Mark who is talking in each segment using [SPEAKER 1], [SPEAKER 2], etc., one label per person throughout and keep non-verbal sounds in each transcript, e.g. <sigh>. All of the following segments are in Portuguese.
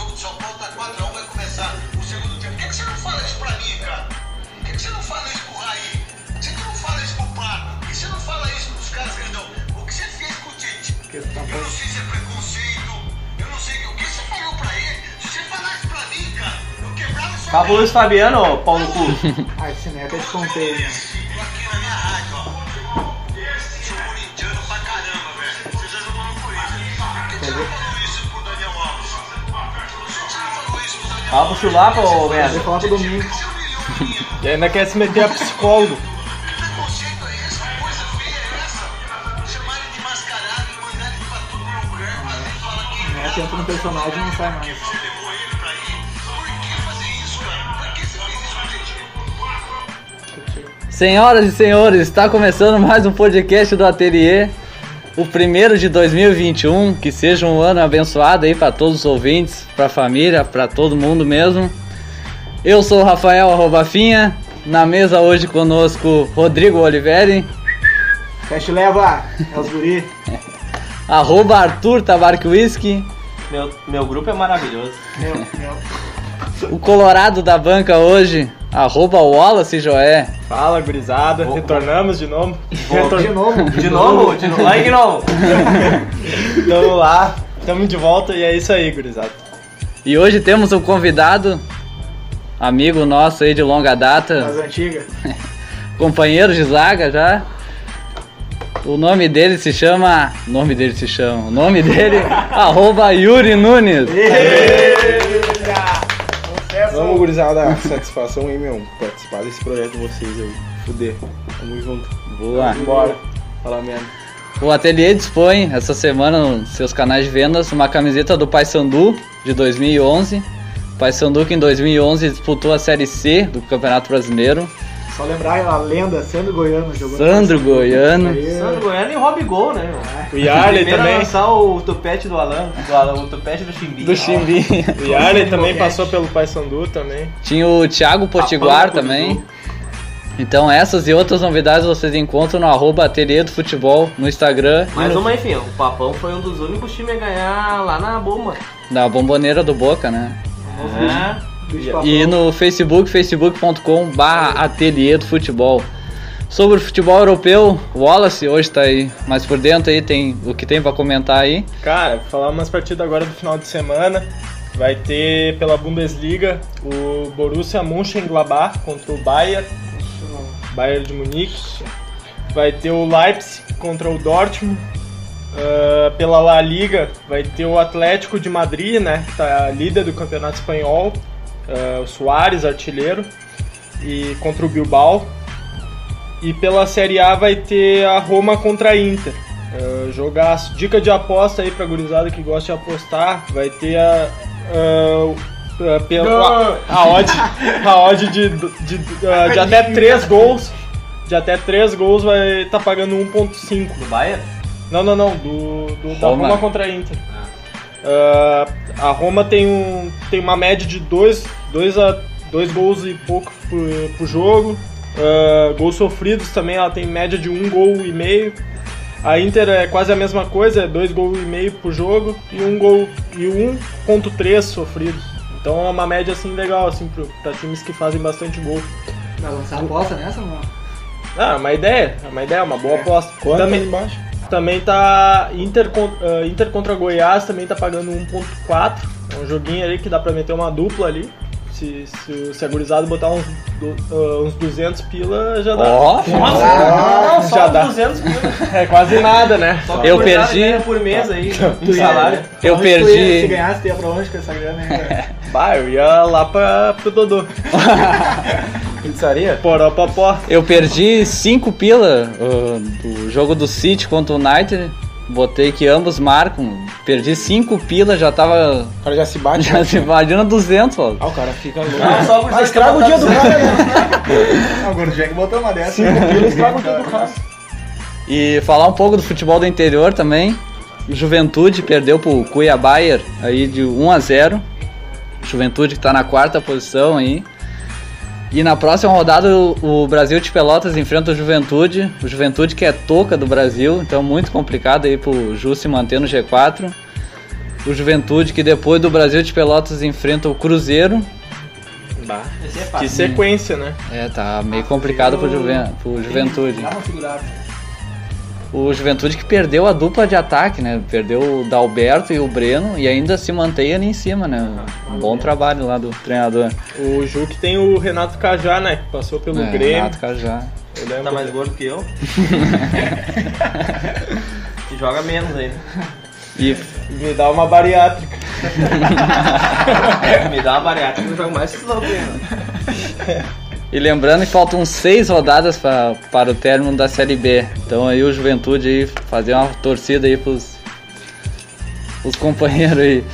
[SPEAKER 1] um tá
[SPEAKER 2] tá
[SPEAKER 1] é
[SPEAKER 3] Cabo Luiz Fabiano, ô, pau no cu.
[SPEAKER 2] Ah, esse merda eu te contei, né?
[SPEAKER 1] Tô aqui na minha rádio, ó. Sou corintiano pra caramba, velho. Você já jogou no Corinthians. Por que você não falou isso pro Daniel Alves? Por que você não falou isso pro Daniel
[SPEAKER 3] Cabo chulapa, ô
[SPEAKER 2] Eu vou
[SPEAKER 3] merda.
[SPEAKER 2] falar pro domingo.
[SPEAKER 1] Alves? Você humilhou o menino.
[SPEAKER 4] E ainda quer se meter a psicólogo.
[SPEAKER 1] Que preconceito é esse? Que coisa feia é essa? Chamar ele de mascarado, mandar ele pra todo lugar, fazer ele falar que
[SPEAKER 2] Né? Você entra no personagem e não sai mais.
[SPEAKER 1] você levou ele pra ir. Por que fazer isso, cara? Por que você fez isso com a gente?
[SPEAKER 5] Senhoras e senhores, está começando mais um podcast do Ateliê, o primeiro de 2021. Que seja um ano abençoado aí para todos os ouvintes, para a família, para todo mundo mesmo. Eu sou o Rafael Arrobafinha, na mesa hoje conosco Rodrigo Oliveira,
[SPEAKER 2] Teste leva! É os guri.
[SPEAKER 5] arroba Arthur Tabarque Whisky,
[SPEAKER 3] Meu, meu grupo é maravilhoso.
[SPEAKER 2] Meu, meu.
[SPEAKER 5] o Colorado da banca hoje, arroba Wallace Joé.
[SPEAKER 4] Fala, gurizada. Retornamos de novo.
[SPEAKER 2] De novo?
[SPEAKER 3] De novo? De novo? Aí de novo.
[SPEAKER 4] <laughs> Tamo lá. Tamo de volta e é isso aí, gurizada.
[SPEAKER 5] E hoje temos um convidado, amigo nosso aí de longa data.
[SPEAKER 2] Das antigas.
[SPEAKER 5] companheiro de zaga já. O nome dele se chama. O nome dele se chama. O nome dele. arroba Yuri Nunes.
[SPEAKER 6] Vamos, gurizada. Satisfação aí, meu. Participar desse projeto de vocês aí. Fuder. Tamo junto.
[SPEAKER 5] Boa.
[SPEAKER 6] Bora. Fala merda.
[SPEAKER 5] O ateliê dispõe essa semana nos seus canais de vendas uma camiseta do Paysandu de 2011. Paysandu que em 2011 disputou a Série C do Campeonato Brasileiro.
[SPEAKER 2] Só lembrar a lenda, Sandro Goiano jogou.
[SPEAKER 5] Sandro Goiano.
[SPEAKER 3] Sandro Goiano e Rob Gol, né, meu?
[SPEAKER 4] O Yarley
[SPEAKER 3] Primeiro a
[SPEAKER 4] também.
[SPEAKER 3] lançar o topete do Alan, do Alan, o topete do Chimbinha.
[SPEAKER 5] Do Chimbinha.
[SPEAKER 4] O Yarley também passou pelo Paysandu também.
[SPEAKER 5] Tinha o Thiago Potiguar
[SPEAKER 3] Papo do
[SPEAKER 5] também.
[SPEAKER 3] Dudu.
[SPEAKER 5] Então essas e outras novidades vocês encontram no arroba Ateliê do Futebol no Instagram e
[SPEAKER 3] Mas
[SPEAKER 5] no-
[SPEAKER 3] uma, enfim, o Papão foi um dos únicos times a ganhar lá na bomba.
[SPEAKER 5] da bomboneira do Boca, né?
[SPEAKER 3] É.
[SPEAKER 2] Bicho papão.
[SPEAKER 5] E no Facebook, facebook.com barra ateliê do futebol. Sobre o futebol europeu, o Wallace hoje tá aí, mas por dentro aí tem o que tem pra comentar aí.
[SPEAKER 4] Cara, vou falar umas partidas agora do final de semana. Vai ter pela Bundesliga o Borussia Mönchengladbach contra o Bayern, Bayern de Munique. Vai ter o Leipzig contra o Dortmund. Ah, pela La Liga vai ter o Atlético de Madrid, né? Que tá líder do campeonato espanhol. Ah, o Soares, artilheiro. E contra o Bilbao. E pela Série A vai ter a Roma contra a Inter. Ah, jogaço. Dica de aposta aí pra gurizada que gosta de apostar. Vai ter a. ah, ah, pela, a, a odd, a odd de, de, de, ah, de até 3 gols. De até 3 gols vai estar tá pagando 1.5.
[SPEAKER 3] Do Bayern?
[SPEAKER 4] Não, não, não. Do, do- da
[SPEAKER 5] Roma.
[SPEAKER 4] Roma contra a Inter. Ah, a Roma tem, um, tem uma média de 2 dois, dois a- dois gols e pouco por, por jogo. Ah, gols sofridos também, ela tem média de um gol e meio. A Inter é quase a mesma coisa, é dois gols e meio por jogo e um gol e 1.3 sofridos. Então é uma média assim legal assim pro- pra times que fazem bastante gol.
[SPEAKER 2] Vai lançar aposta nessa, mano?
[SPEAKER 4] Ah, é uma ideia, é uma ideia, é uma boa aposta.
[SPEAKER 6] Quanto
[SPEAKER 4] Também-
[SPEAKER 6] aí embaixo?
[SPEAKER 4] também tá. Inter, con- ah, Inter contra Goiás também tá pagando 1.4. É um joguinho ali que dá pra meter uma dupla ali. Se, se, o- se a gurizada botar uns, do- ah, uns 200 pila, já dá.
[SPEAKER 5] Ó,
[SPEAKER 3] Nossa, não, só
[SPEAKER 4] já
[SPEAKER 3] uns
[SPEAKER 4] dá.
[SPEAKER 3] <laughs> 200 mil.
[SPEAKER 4] É quase nada, né?
[SPEAKER 3] Só
[SPEAKER 5] Eu
[SPEAKER 3] por nada
[SPEAKER 5] perdi.
[SPEAKER 3] ganha por mês aí, um
[SPEAKER 2] Tu ia-
[SPEAKER 3] salário.
[SPEAKER 5] eu
[SPEAKER 2] Onde tu ia? Se
[SPEAKER 5] perdi.
[SPEAKER 2] ganhasse, tu ia pra onde com essa grana aí, cara?
[SPEAKER 4] Bah, eu ia lá pra, pro Dodô.
[SPEAKER 6] <laughs> Pizzaria?
[SPEAKER 4] Poró, popó.
[SPEAKER 5] Eu perdi 5 pila uh, do jogo do City contra o United. Botei que ambos marcam. Perdi 5 pila, já tava.
[SPEAKER 6] O cara já se
[SPEAKER 5] <laughs>
[SPEAKER 6] bate. né?
[SPEAKER 5] Já se invadindo 200, Wallace.
[SPEAKER 6] Ah, o cara fica louco.
[SPEAKER 3] Não, só por
[SPEAKER 6] Ah, estraga o dia do cara, né?
[SPEAKER 2] Ah, o Gordo Jack botou uma dessa.
[SPEAKER 6] Ele estraga o dia do cara.
[SPEAKER 5] E falar um pouco do futebol do interior também. Juventude perdeu pro Cuiabayer aí de 1 a 0. Juventude que tá na quarta posição aí. E na próxima rodada o o Brasil de Pelotas enfrenta o Juventude. O Juventude que é toca do Brasil, então muito complicado aí pro Ju se manter no G4. O Juventude que depois do Brasil de Pelotas enfrenta o Cruzeiro.
[SPEAKER 4] Bah,
[SPEAKER 3] Esse é
[SPEAKER 4] que
[SPEAKER 3] fácil.
[SPEAKER 4] sequência, né?
[SPEAKER 5] É, tá meio complicado pro, Juven pro Juventude.
[SPEAKER 2] Dá uma segurada.
[SPEAKER 5] o Juventude que perdeu a dupla de ataque, né? Perdeu o Dalberto e o Breno e ainda se mantém ali em cima, né? Um bom trabalho lá do treinador.
[SPEAKER 4] O Ju que tem o Renato Cajá, né? Que passou pelo
[SPEAKER 5] É,
[SPEAKER 4] Grêmio. é
[SPEAKER 5] Renato Cajá.
[SPEAKER 4] Eu lembro.
[SPEAKER 3] Tá mais gordo que <laughs> eu. e joga menos ainda.
[SPEAKER 5] E
[SPEAKER 4] Me dá uma bariátrica.
[SPEAKER 3] É, Me dá uma bariátrica que eu jogo mais que tu né?
[SPEAKER 5] E lembrando que faltam seis rodadas pra, para o término da Série B. Então aí o Juventude aí fazer uma torcida aí pros, pros companheiros aí.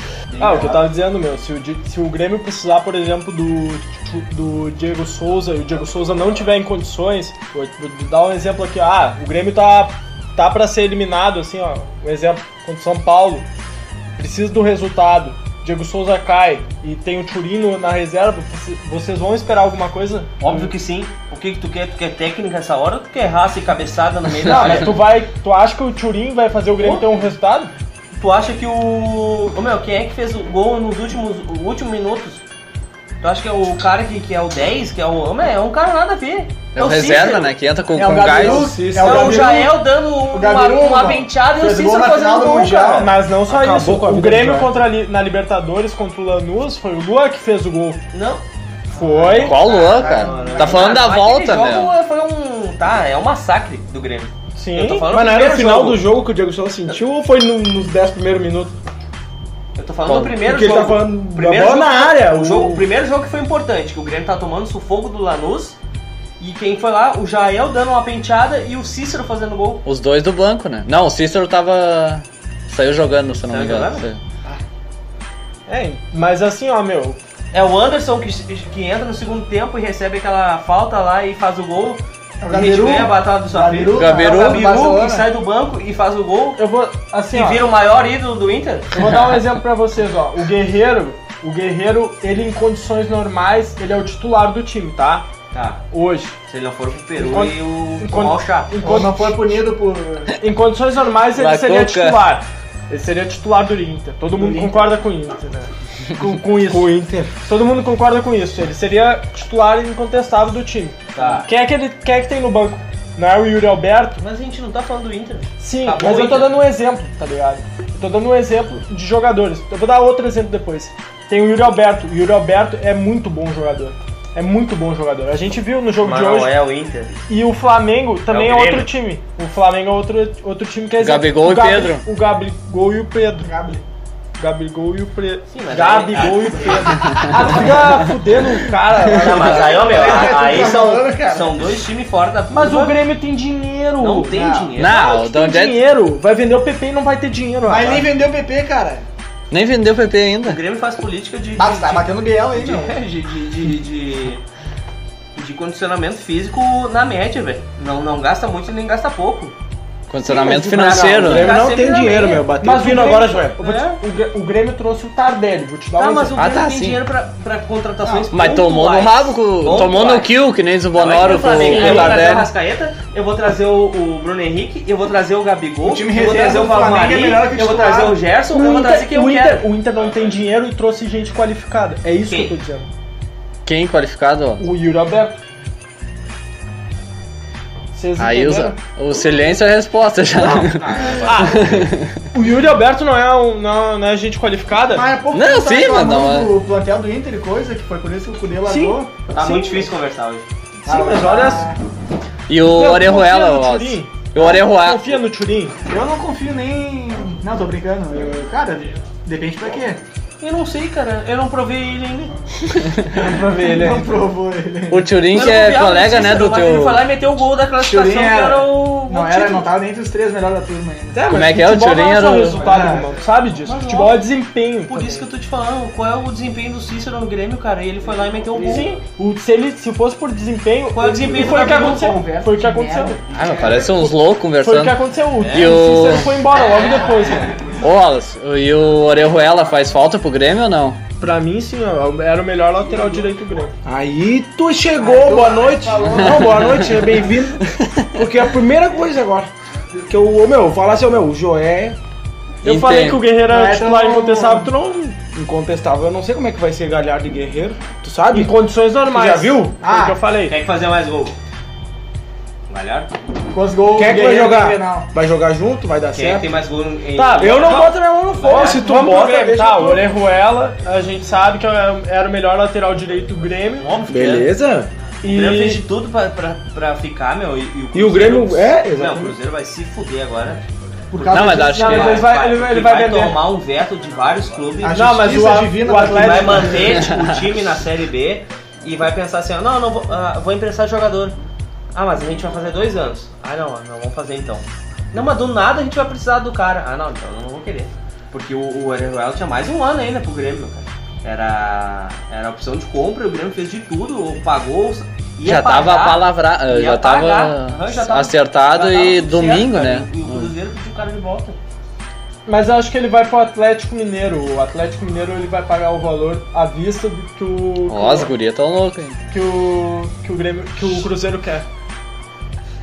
[SPEAKER 4] Ah, o que eu tava dizendo, meu, se o, Di- se o Grêmio precisar, por exemplo, do, tipo, do Diego Souza e o Diego Souza não tiver em condições, vou, vou dar um exemplo aqui, ah, o Grêmio tá, tá para ser eliminado, assim, ó, um exemplo, contra o São Paulo, precisa do resultado, Diego Souza cai e tem o Turino na reserva, vocês- vocês vão esperar alguma coisa?
[SPEAKER 3] Óbvio que sim. O que, que tu quer? Tu quer técnica essa hora ou tu quer raça e cabeçada no meio da
[SPEAKER 4] Não, mas
[SPEAKER 3] área?
[SPEAKER 4] tu vai, tu acha que o Turin vai fazer o Grêmio ter um resultado?
[SPEAKER 3] Tu acha que o. Ô meu, quem é que fez o gol nos últimos últimos minutos? Tu acha que é o cara que, que é o 10, que é o. Ô, meu, é um cara nada a ver.
[SPEAKER 5] É o reserva,
[SPEAKER 3] Cícero.
[SPEAKER 5] né? Que entra com,
[SPEAKER 2] É o
[SPEAKER 5] com
[SPEAKER 2] Gabiru,
[SPEAKER 5] gás.
[SPEAKER 2] é
[SPEAKER 3] É o,
[SPEAKER 2] o Gabiru.
[SPEAKER 3] Jael dando um-
[SPEAKER 2] O
[SPEAKER 3] uma,
[SPEAKER 2] Gabiru,
[SPEAKER 3] uma
[SPEAKER 2] mano.
[SPEAKER 3] penteada e o
[SPEAKER 2] Fez gol
[SPEAKER 3] Cícero
[SPEAKER 2] na
[SPEAKER 3] fazendo
[SPEAKER 2] final do
[SPEAKER 3] gol,
[SPEAKER 2] Mundial.
[SPEAKER 3] cara.
[SPEAKER 4] Mas não só
[SPEAKER 2] né? Acabou
[SPEAKER 4] isso.
[SPEAKER 2] com a
[SPEAKER 4] O
[SPEAKER 2] vida
[SPEAKER 4] Grêmio
[SPEAKER 2] do Jorge.
[SPEAKER 4] contra a Li- na Libertadores contra o Lanús foi o Lua que fez o gol.
[SPEAKER 3] Não.
[SPEAKER 4] Foi.
[SPEAKER 5] Qual lua, cara? Tá falando da
[SPEAKER 3] Aquele
[SPEAKER 5] volta,
[SPEAKER 3] jogo
[SPEAKER 5] né?
[SPEAKER 3] Foi um. Tá, é um massacre do Grêmio.
[SPEAKER 4] Sim.
[SPEAKER 3] Eu tô falando
[SPEAKER 4] Mas
[SPEAKER 3] do
[SPEAKER 4] não era o
[SPEAKER 3] primeiro
[SPEAKER 4] final
[SPEAKER 3] jogo.
[SPEAKER 4] do jogo que o Diego Souza sentiu ou foi no- nos 10 primeiros minutos?
[SPEAKER 3] Eu tô falando do primeiro
[SPEAKER 4] Porque ele
[SPEAKER 3] jogo.
[SPEAKER 4] tá falando da
[SPEAKER 3] primeiro
[SPEAKER 4] bola
[SPEAKER 3] jogo
[SPEAKER 4] na
[SPEAKER 3] que-
[SPEAKER 4] área,
[SPEAKER 3] O,
[SPEAKER 4] o-
[SPEAKER 3] jogo, o primeiro jogo que foi importante, que o Grêmio tá tomando sufoco do Lanús. E quem foi lá? O Jael dando uma penteada e o Cícero fazendo gol.
[SPEAKER 5] Os dois do banco, né? Não, o Cícero tava. saiu jogando, se eu não me
[SPEAKER 3] Saiu
[SPEAKER 5] engano.
[SPEAKER 3] jogando?
[SPEAKER 4] É, mas assim, ó, meu.
[SPEAKER 3] É o Anderson que, que entra no segundo tempo e recebe aquela falta lá e faz o gol.
[SPEAKER 2] É o
[SPEAKER 3] E a gente
[SPEAKER 2] Gabiru.
[SPEAKER 3] ganha a batalha do Saveiro.
[SPEAKER 2] Gabiru.
[SPEAKER 5] Gabiru.
[SPEAKER 3] Ah, O Gabiru
[SPEAKER 2] Barcelona.
[SPEAKER 3] que sai do banco e faz o gol.
[SPEAKER 4] Eu vou. Assim,
[SPEAKER 3] E
[SPEAKER 4] ó,
[SPEAKER 3] vira o maior ídolo do Inter.
[SPEAKER 4] eu vou dar um exemplo pra vocês, ó. O Guerreiro, o Guerreiro, ele em condições normais, ele é o titular do time, tá?
[SPEAKER 3] Tá,
[SPEAKER 4] Hoje.
[SPEAKER 3] se ele não for pro Peru
[SPEAKER 4] Enquanto-
[SPEAKER 3] e o
[SPEAKER 4] enquanto-
[SPEAKER 3] tomar o chá.
[SPEAKER 4] enquanto-
[SPEAKER 2] Quando não foi punido por.
[SPEAKER 4] Em condições normais ele
[SPEAKER 5] La
[SPEAKER 4] seria
[SPEAKER 5] Coca.
[SPEAKER 4] titular. Ele seria titular do Inter. Todo mundo concorda com o Inter, né? <laughs> Com, com isso.
[SPEAKER 6] O Inter.
[SPEAKER 4] Todo mundo concorda com isso. Ele seria titular incontestável do time.
[SPEAKER 3] Tá.
[SPEAKER 4] Quem é que, ele, quem é que tem no banco? Não é o Yuri Alberto?
[SPEAKER 3] Mas a gente não tá falando do Inter.
[SPEAKER 4] Sim,
[SPEAKER 3] Acabou
[SPEAKER 4] mas
[SPEAKER 3] o
[SPEAKER 4] eu tô
[SPEAKER 3] Inter.
[SPEAKER 4] dando um exemplo, tá ligado? Eu tô dando um exemplo de jogadores. Eu vou dar outro exemplo depois. Tem o Yuri Alberto. O Yuri Alberto é muito bom jogador. É muito bom jogador. A gente viu no jogo
[SPEAKER 3] Mas
[SPEAKER 4] de hoje.
[SPEAKER 3] não é o Inter.
[SPEAKER 4] E o Flamengo também
[SPEAKER 3] É
[SPEAKER 4] é,
[SPEAKER 3] o Grêmio.
[SPEAKER 4] outro time. O Flamengo é outro, outro time que é exemplo.
[SPEAKER 5] Gabigol
[SPEAKER 4] O
[SPEAKER 5] e Pedro.
[SPEAKER 4] O Gabigol e o Pedro.
[SPEAKER 2] Gabi.
[SPEAKER 4] Gabigol e o Pedro.
[SPEAKER 3] Sim, mas aí-
[SPEAKER 4] Gabigol e o Pedro. Ah, tu fica fudendo o
[SPEAKER 3] Não,
[SPEAKER 4] cara.
[SPEAKER 3] mas aí, ó, meu,
[SPEAKER 2] Tá
[SPEAKER 3] aí
[SPEAKER 2] falando,
[SPEAKER 3] são,
[SPEAKER 2] cara.
[SPEAKER 3] são dois times fora da
[SPEAKER 4] Mas o
[SPEAKER 3] turma.
[SPEAKER 4] Grêmio tem dinheiro.
[SPEAKER 3] não tem dinheiro.
[SPEAKER 5] Não, de
[SPEAKER 4] Tem
[SPEAKER 5] onde é-
[SPEAKER 4] dinheiro. Vai vender o PP e não vai ter dinheiro.
[SPEAKER 2] Mas nem
[SPEAKER 4] rapaz.
[SPEAKER 2] vendeu o PP, cara.
[SPEAKER 5] Nem vendeu o PP
[SPEAKER 3] O
[SPEAKER 5] ainda.
[SPEAKER 3] Grêmio faz política de.
[SPEAKER 2] Ah, tu tá
[SPEAKER 3] de-
[SPEAKER 2] batendo Biel aí, meu.
[SPEAKER 3] de, de, de, de, de- de condicionamento físico na média, velho. Não, não gasta muito e nem gasta pouco.
[SPEAKER 5] Condicionamento
[SPEAKER 3] Sim, mas o
[SPEAKER 5] financeiro.
[SPEAKER 4] O
[SPEAKER 3] Grêmio-
[SPEAKER 5] né?
[SPEAKER 4] Grêmio
[SPEAKER 3] Tá
[SPEAKER 4] não
[SPEAKER 3] sempre
[SPEAKER 4] tem
[SPEAKER 3] na
[SPEAKER 4] dinheiro,
[SPEAKER 3] meia.
[SPEAKER 4] meu. Bateu
[SPEAKER 3] Mas
[SPEAKER 4] o
[SPEAKER 3] o
[SPEAKER 4] Vino
[SPEAKER 3] Grêmio-
[SPEAKER 4] agora, Joel. Eu vou te-
[SPEAKER 3] É.
[SPEAKER 4] o Gr- O Grêmio trouxe o Tardelli. Vou te dar um
[SPEAKER 3] Tá, mas o
[SPEAKER 4] exemplo.
[SPEAKER 5] Ah,
[SPEAKER 3] Grêmio
[SPEAKER 5] tá,
[SPEAKER 3] tem
[SPEAKER 5] sim.
[SPEAKER 3] dinheiro pra, pra contratações.
[SPEAKER 5] Mas tomou no
[SPEAKER 3] pontuais.
[SPEAKER 5] rabo, com- tomou no
[SPEAKER 3] Pontuais.
[SPEAKER 5] kill, que nem o
[SPEAKER 3] Agora
[SPEAKER 5] Bonoro
[SPEAKER 3] eu
[SPEAKER 5] com
[SPEAKER 3] vou trazer-
[SPEAKER 5] com
[SPEAKER 3] Eu
[SPEAKER 5] o
[SPEAKER 3] vou trazer o
[SPEAKER 5] Tardelli.
[SPEAKER 3] Rascaeta, eu vou trazer o, o Bruno Henrique, eu vou trazer o Gabigol,
[SPEAKER 2] O time
[SPEAKER 3] eu vou
[SPEAKER 2] reserva
[SPEAKER 3] trazer o
[SPEAKER 2] do Flamengo é
[SPEAKER 3] Valmarinho,
[SPEAKER 2] melhor que o
[SPEAKER 3] eu vou
[SPEAKER 2] titular.
[SPEAKER 3] trazer o Gerson, eu
[SPEAKER 4] O
[SPEAKER 3] vou trazer quem
[SPEAKER 4] Inter,
[SPEAKER 3] eu
[SPEAKER 4] o, Inter,
[SPEAKER 3] quero.
[SPEAKER 4] o Inter não tem dinheiro e trouxe gente qualificada. É isso
[SPEAKER 3] Quem?
[SPEAKER 4] que eu tô dizendo.
[SPEAKER 5] Quem qualificado, ó?
[SPEAKER 4] O Yuri Alberto. Vocês
[SPEAKER 5] Aí
[SPEAKER 4] entenderam?
[SPEAKER 5] usa. O silêncio é a resposta já.
[SPEAKER 4] O Yuri Alberto não é, um, não, não é gente qualificada?
[SPEAKER 2] Mas há pouco
[SPEAKER 5] Não,
[SPEAKER 2] tempo tava
[SPEAKER 5] sim, mas
[SPEAKER 2] reclamando
[SPEAKER 5] não é.
[SPEAKER 2] do plantel do Inter e coisa, que foi por isso que o Cudê largou.
[SPEAKER 3] Tá
[SPEAKER 4] Sim.
[SPEAKER 3] muito difícil conversar hoje.
[SPEAKER 4] Sim, mas olha. as-
[SPEAKER 5] E o
[SPEAKER 4] Não,
[SPEAKER 5] Orejuela,
[SPEAKER 4] confia no
[SPEAKER 5] ó.
[SPEAKER 4] Turim.
[SPEAKER 5] E o Orejuela.
[SPEAKER 4] Confia no Turim.
[SPEAKER 2] Eu não confio nem. Não, tô brincando. Eu- cara, depende pra quê.
[SPEAKER 3] Eu não sei, cara, eu não provei ele ainda.
[SPEAKER 4] Pra
[SPEAKER 2] <laughs>
[SPEAKER 4] ver
[SPEAKER 6] né?
[SPEAKER 4] ele.
[SPEAKER 2] Não provou ele.
[SPEAKER 5] O Turim que é colega, né, do
[SPEAKER 3] Ele
[SPEAKER 5] teu.
[SPEAKER 3] foi lá e meteu o gol da classificação, que
[SPEAKER 2] Turin era-
[SPEAKER 3] era o...
[SPEAKER 2] Não, era, não tava nem entre os três melhores da turma ainda.
[SPEAKER 6] Tá.
[SPEAKER 4] mas
[SPEAKER 5] Como é que é? O
[SPEAKER 4] futebol
[SPEAKER 5] Turim
[SPEAKER 4] não
[SPEAKER 5] era
[SPEAKER 4] só
[SPEAKER 5] o-
[SPEAKER 4] resultado,
[SPEAKER 2] É.
[SPEAKER 4] irmão. Sabe disso.
[SPEAKER 3] Mas
[SPEAKER 4] futebol
[SPEAKER 3] não.
[SPEAKER 4] é desempenho.
[SPEAKER 3] Por isso que eu tô te falando, qual é o desempenho do Cícero no Grêmio, cara? E ele foi lá e meteu o gol.
[SPEAKER 4] Sim, o- se, ele, se fosse por desempenho,
[SPEAKER 3] Qual é o desempenho
[SPEAKER 4] foi o
[SPEAKER 3] do
[SPEAKER 4] que
[SPEAKER 3] Gabriel?
[SPEAKER 4] aconteceu. Foi o que aconteceu.
[SPEAKER 5] Ah, mas parece uns loucos
[SPEAKER 4] Foi o que
[SPEAKER 5] conversando.
[SPEAKER 4] aconteceu. O
[SPEAKER 5] E o-
[SPEAKER 4] Cícero foi embora logo depois, mano.
[SPEAKER 5] Ô, Wallace, e o Orejuela faz falta pro Grêmio ou não?
[SPEAKER 4] Pra mim, sim, ó, era o melhor lateral direito do Grêmio.
[SPEAKER 6] Aí tu chegou, boa noite. Não, boa noite, seja bem-vindo. Porque é a primeira coisa agora. Que eu, ô, meu, falar assim, ô, meu, o Joé
[SPEAKER 4] Eu
[SPEAKER 5] Entendo.
[SPEAKER 4] falei que o Guerreiro
[SPEAKER 2] Não
[SPEAKER 4] era
[SPEAKER 6] tipo,
[SPEAKER 2] é
[SPEAKER 4] titular
[SPEAKER 2] tão-
[SPEAKER 4] incontestável, tu não.
[SPEAKER 6] incontestável. Eu não sei como é que vai ser Galhardo e Guerreiro. Tu sabe?
[SPEAKER 4] Em condições normais. É
[SPEAKER 6] Já viu?
[SPEAKER 4] Foi o que eu falei.
[SPEAKER 3] Quem é que fazia mais gol? Galhardo?
[SPEAKER 2] Quantos gols
[SPEAKER 6] Quem é que vai
[SPEAKER 2] Guerreiro
[SPEAKER 6] jogar?
[SPEAKER 2] tem penal?
[SPEAKER 6] Vai jogar junto? Vai dar
[SPEAKER 3] Quem é que tem
[SPEAKER 6] certo?
[SPEAKER 3] mais gol em...
[SPEAKER 4] Tá,
[SPEAKER 6] Eu não
[SPEAKER 4] Vamos-
[SPEAKER 6] boto minha mão no fogo.
[SPEAKER 4] Vamos-
[SPEAKER 6] Se tu
[SPEAKER 4] vamos pro
[SPEAKER 6] bota,
[SPEAKER 4] Grêmio.
[SPEAKER 6] deixa
[SPEAKER 4] Tá,
[SPEAKER 6] tu.
[SPEAKER 4] o Orejuela, a gente sabe que é, era o melhor lateral direito do Grêmio.
[SPEAKER 3] Óbvio que é.
[SPEAKER 6] Beleza?
[SPEAKER 3] O Grêmio fez de
[SPEAKER 4] E
[SPEAKER 3] tudo pra, pra, pra ficar, meu. E, o,
[SPEAKER 6] E o Grêmio- é,
[SPEAKER 3] Não,
[SPEAKER 6] exatamente.
[SPEAKER 3] o Cruzeiro vai se fuder agora.
[SPEAKER 2] Por causa
[SPEAKER 5] Não, mas
[SPEAKER 2] disso,
[SPEAKER 5] acho que
[SPEAKER 2] não,
[SPEAKER 5] não.
[SPEAKER 2] mas vai- ele vai- ele vai vender.
[SPEAKER 3] tomar um veto de vários clubes.
[SPEAKER 2] A
[SPEAKER 4] Não, mas
[SPEAKER 2] justiça
[SPEAKER 4] o a-
[SPEAKER 2] divina
[SPEAKER 4] o
[SPEAKER 2] vai-
[SPEAKER 3] que vai
[SPEAKER 4] Atlético-
[SPEAKER 3] manter tipo, o time na Série B e vai pensar assim, ó, não, não vou, ah, vou emprestar jogador. Ah, mas a gente vai fazer dois anos. Ah, não, não vamos fazer então. Não, mas do nada a gente vai precisar do cara. Ah, não, então não vou querer. Porque o, o Orejuela tinha mais um ano ainda pro Grêmio, cara. Era, era a opção de compra, o Grêmio fez de tudo, pagou, ia
[SPEAKER 5] já tava
[SPEAKER 3] pagar,
[SPEAKER 5] palavra, eh,
[SPEAKER 3] ia
[SPEAKER 5] já
[SPEAKER 3] pagar.
[SPEAKER 5] tava
[SPEAKER 3] Aham, já tava-
[SPEAKER 5] acertado
[SPEAKER 3] já tava
[SPEAKER 5] e
[SPEAKER 3] tudo
[SPEAKER 5] domingo,
[SPEAKER 3] certo, cara.
[SPEAKER 5] né?
[SPEAKER 3] E o Cruzeiro pediu o cara de volta.
[SPEAKER 4] Mas eu acho que ele vai pro Atlético Mineiro. O Atlético Mineiro ele vai pagar o valor à vista do que o.
[SPEAKER 5] Ó, as gurias tão loucas, hein?
[SPEAKER 4] que o. que o Grêmio. que o Cruzeiro quer.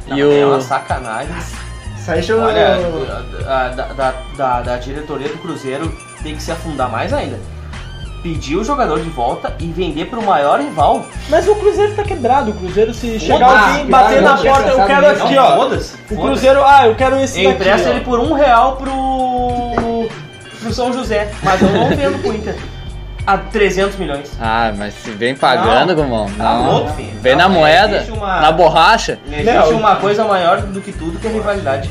[SPEAKER 3] Não,
[SPEAKER 5] E
[SPEAKER 3] É
[SPEAKER 5] o-
[SPEAKER 3] uma sacanagem.
[SPEAKER 2] Isso aí chama-
[SPEAKER 3] Olha, a- a- da, da, da- da diretoria do Cruzeiro tem que se afundar mais ainda. Pedir o jogador de volta e vender pro maior rival.
[SPEAKER 4] Mas o Cruzeiro tá quebrado. O Cruzeiro, se chegar
[SPEAKER 2] Foda-se,
[SPEAKER 4] alguém bater
[SPEAKER 2] cara,
[SPEAKER 4] na
[SPEAKER 2] não tinha
[SPEAKER 4] porta, eu
[SPEAKER 2] pensado
[SPEAKER 4] quero
[SPEAKER 2] nisso.
[SPEAKER 4] aqui, ó.
[SPEAKER 3] Foda-se.
[SPEAKER 4] O
[SPEAKER 3] foda-se.
[SPEAKER 4] Cruzeiro, ah, eu quero esse
[SPEAKER 3] Eu
[SPEAKER 4] daqui.
[SPEAKER 3] empresto
[SPEAKER 4] ó.
[SPEAKER 3] ele por um real pro. pro São José. Mas eu não vendo pro Inter. A 300 milhões.
[SPEAKER 5] Ah, mas se vem pagando, Gumão. Não.
[SPEAKER 3] Tá louco, filho.
[SPEAKER 5] Vem na
[SPEAKER 3] Tá,
[SPEAKER 5] moeda,
[SPEAKER 3] existe uma-
[SPEAKER 5] na borracha.
[SPEAKER 3] Existe uma coisa maior do que tudo que é rivalidade.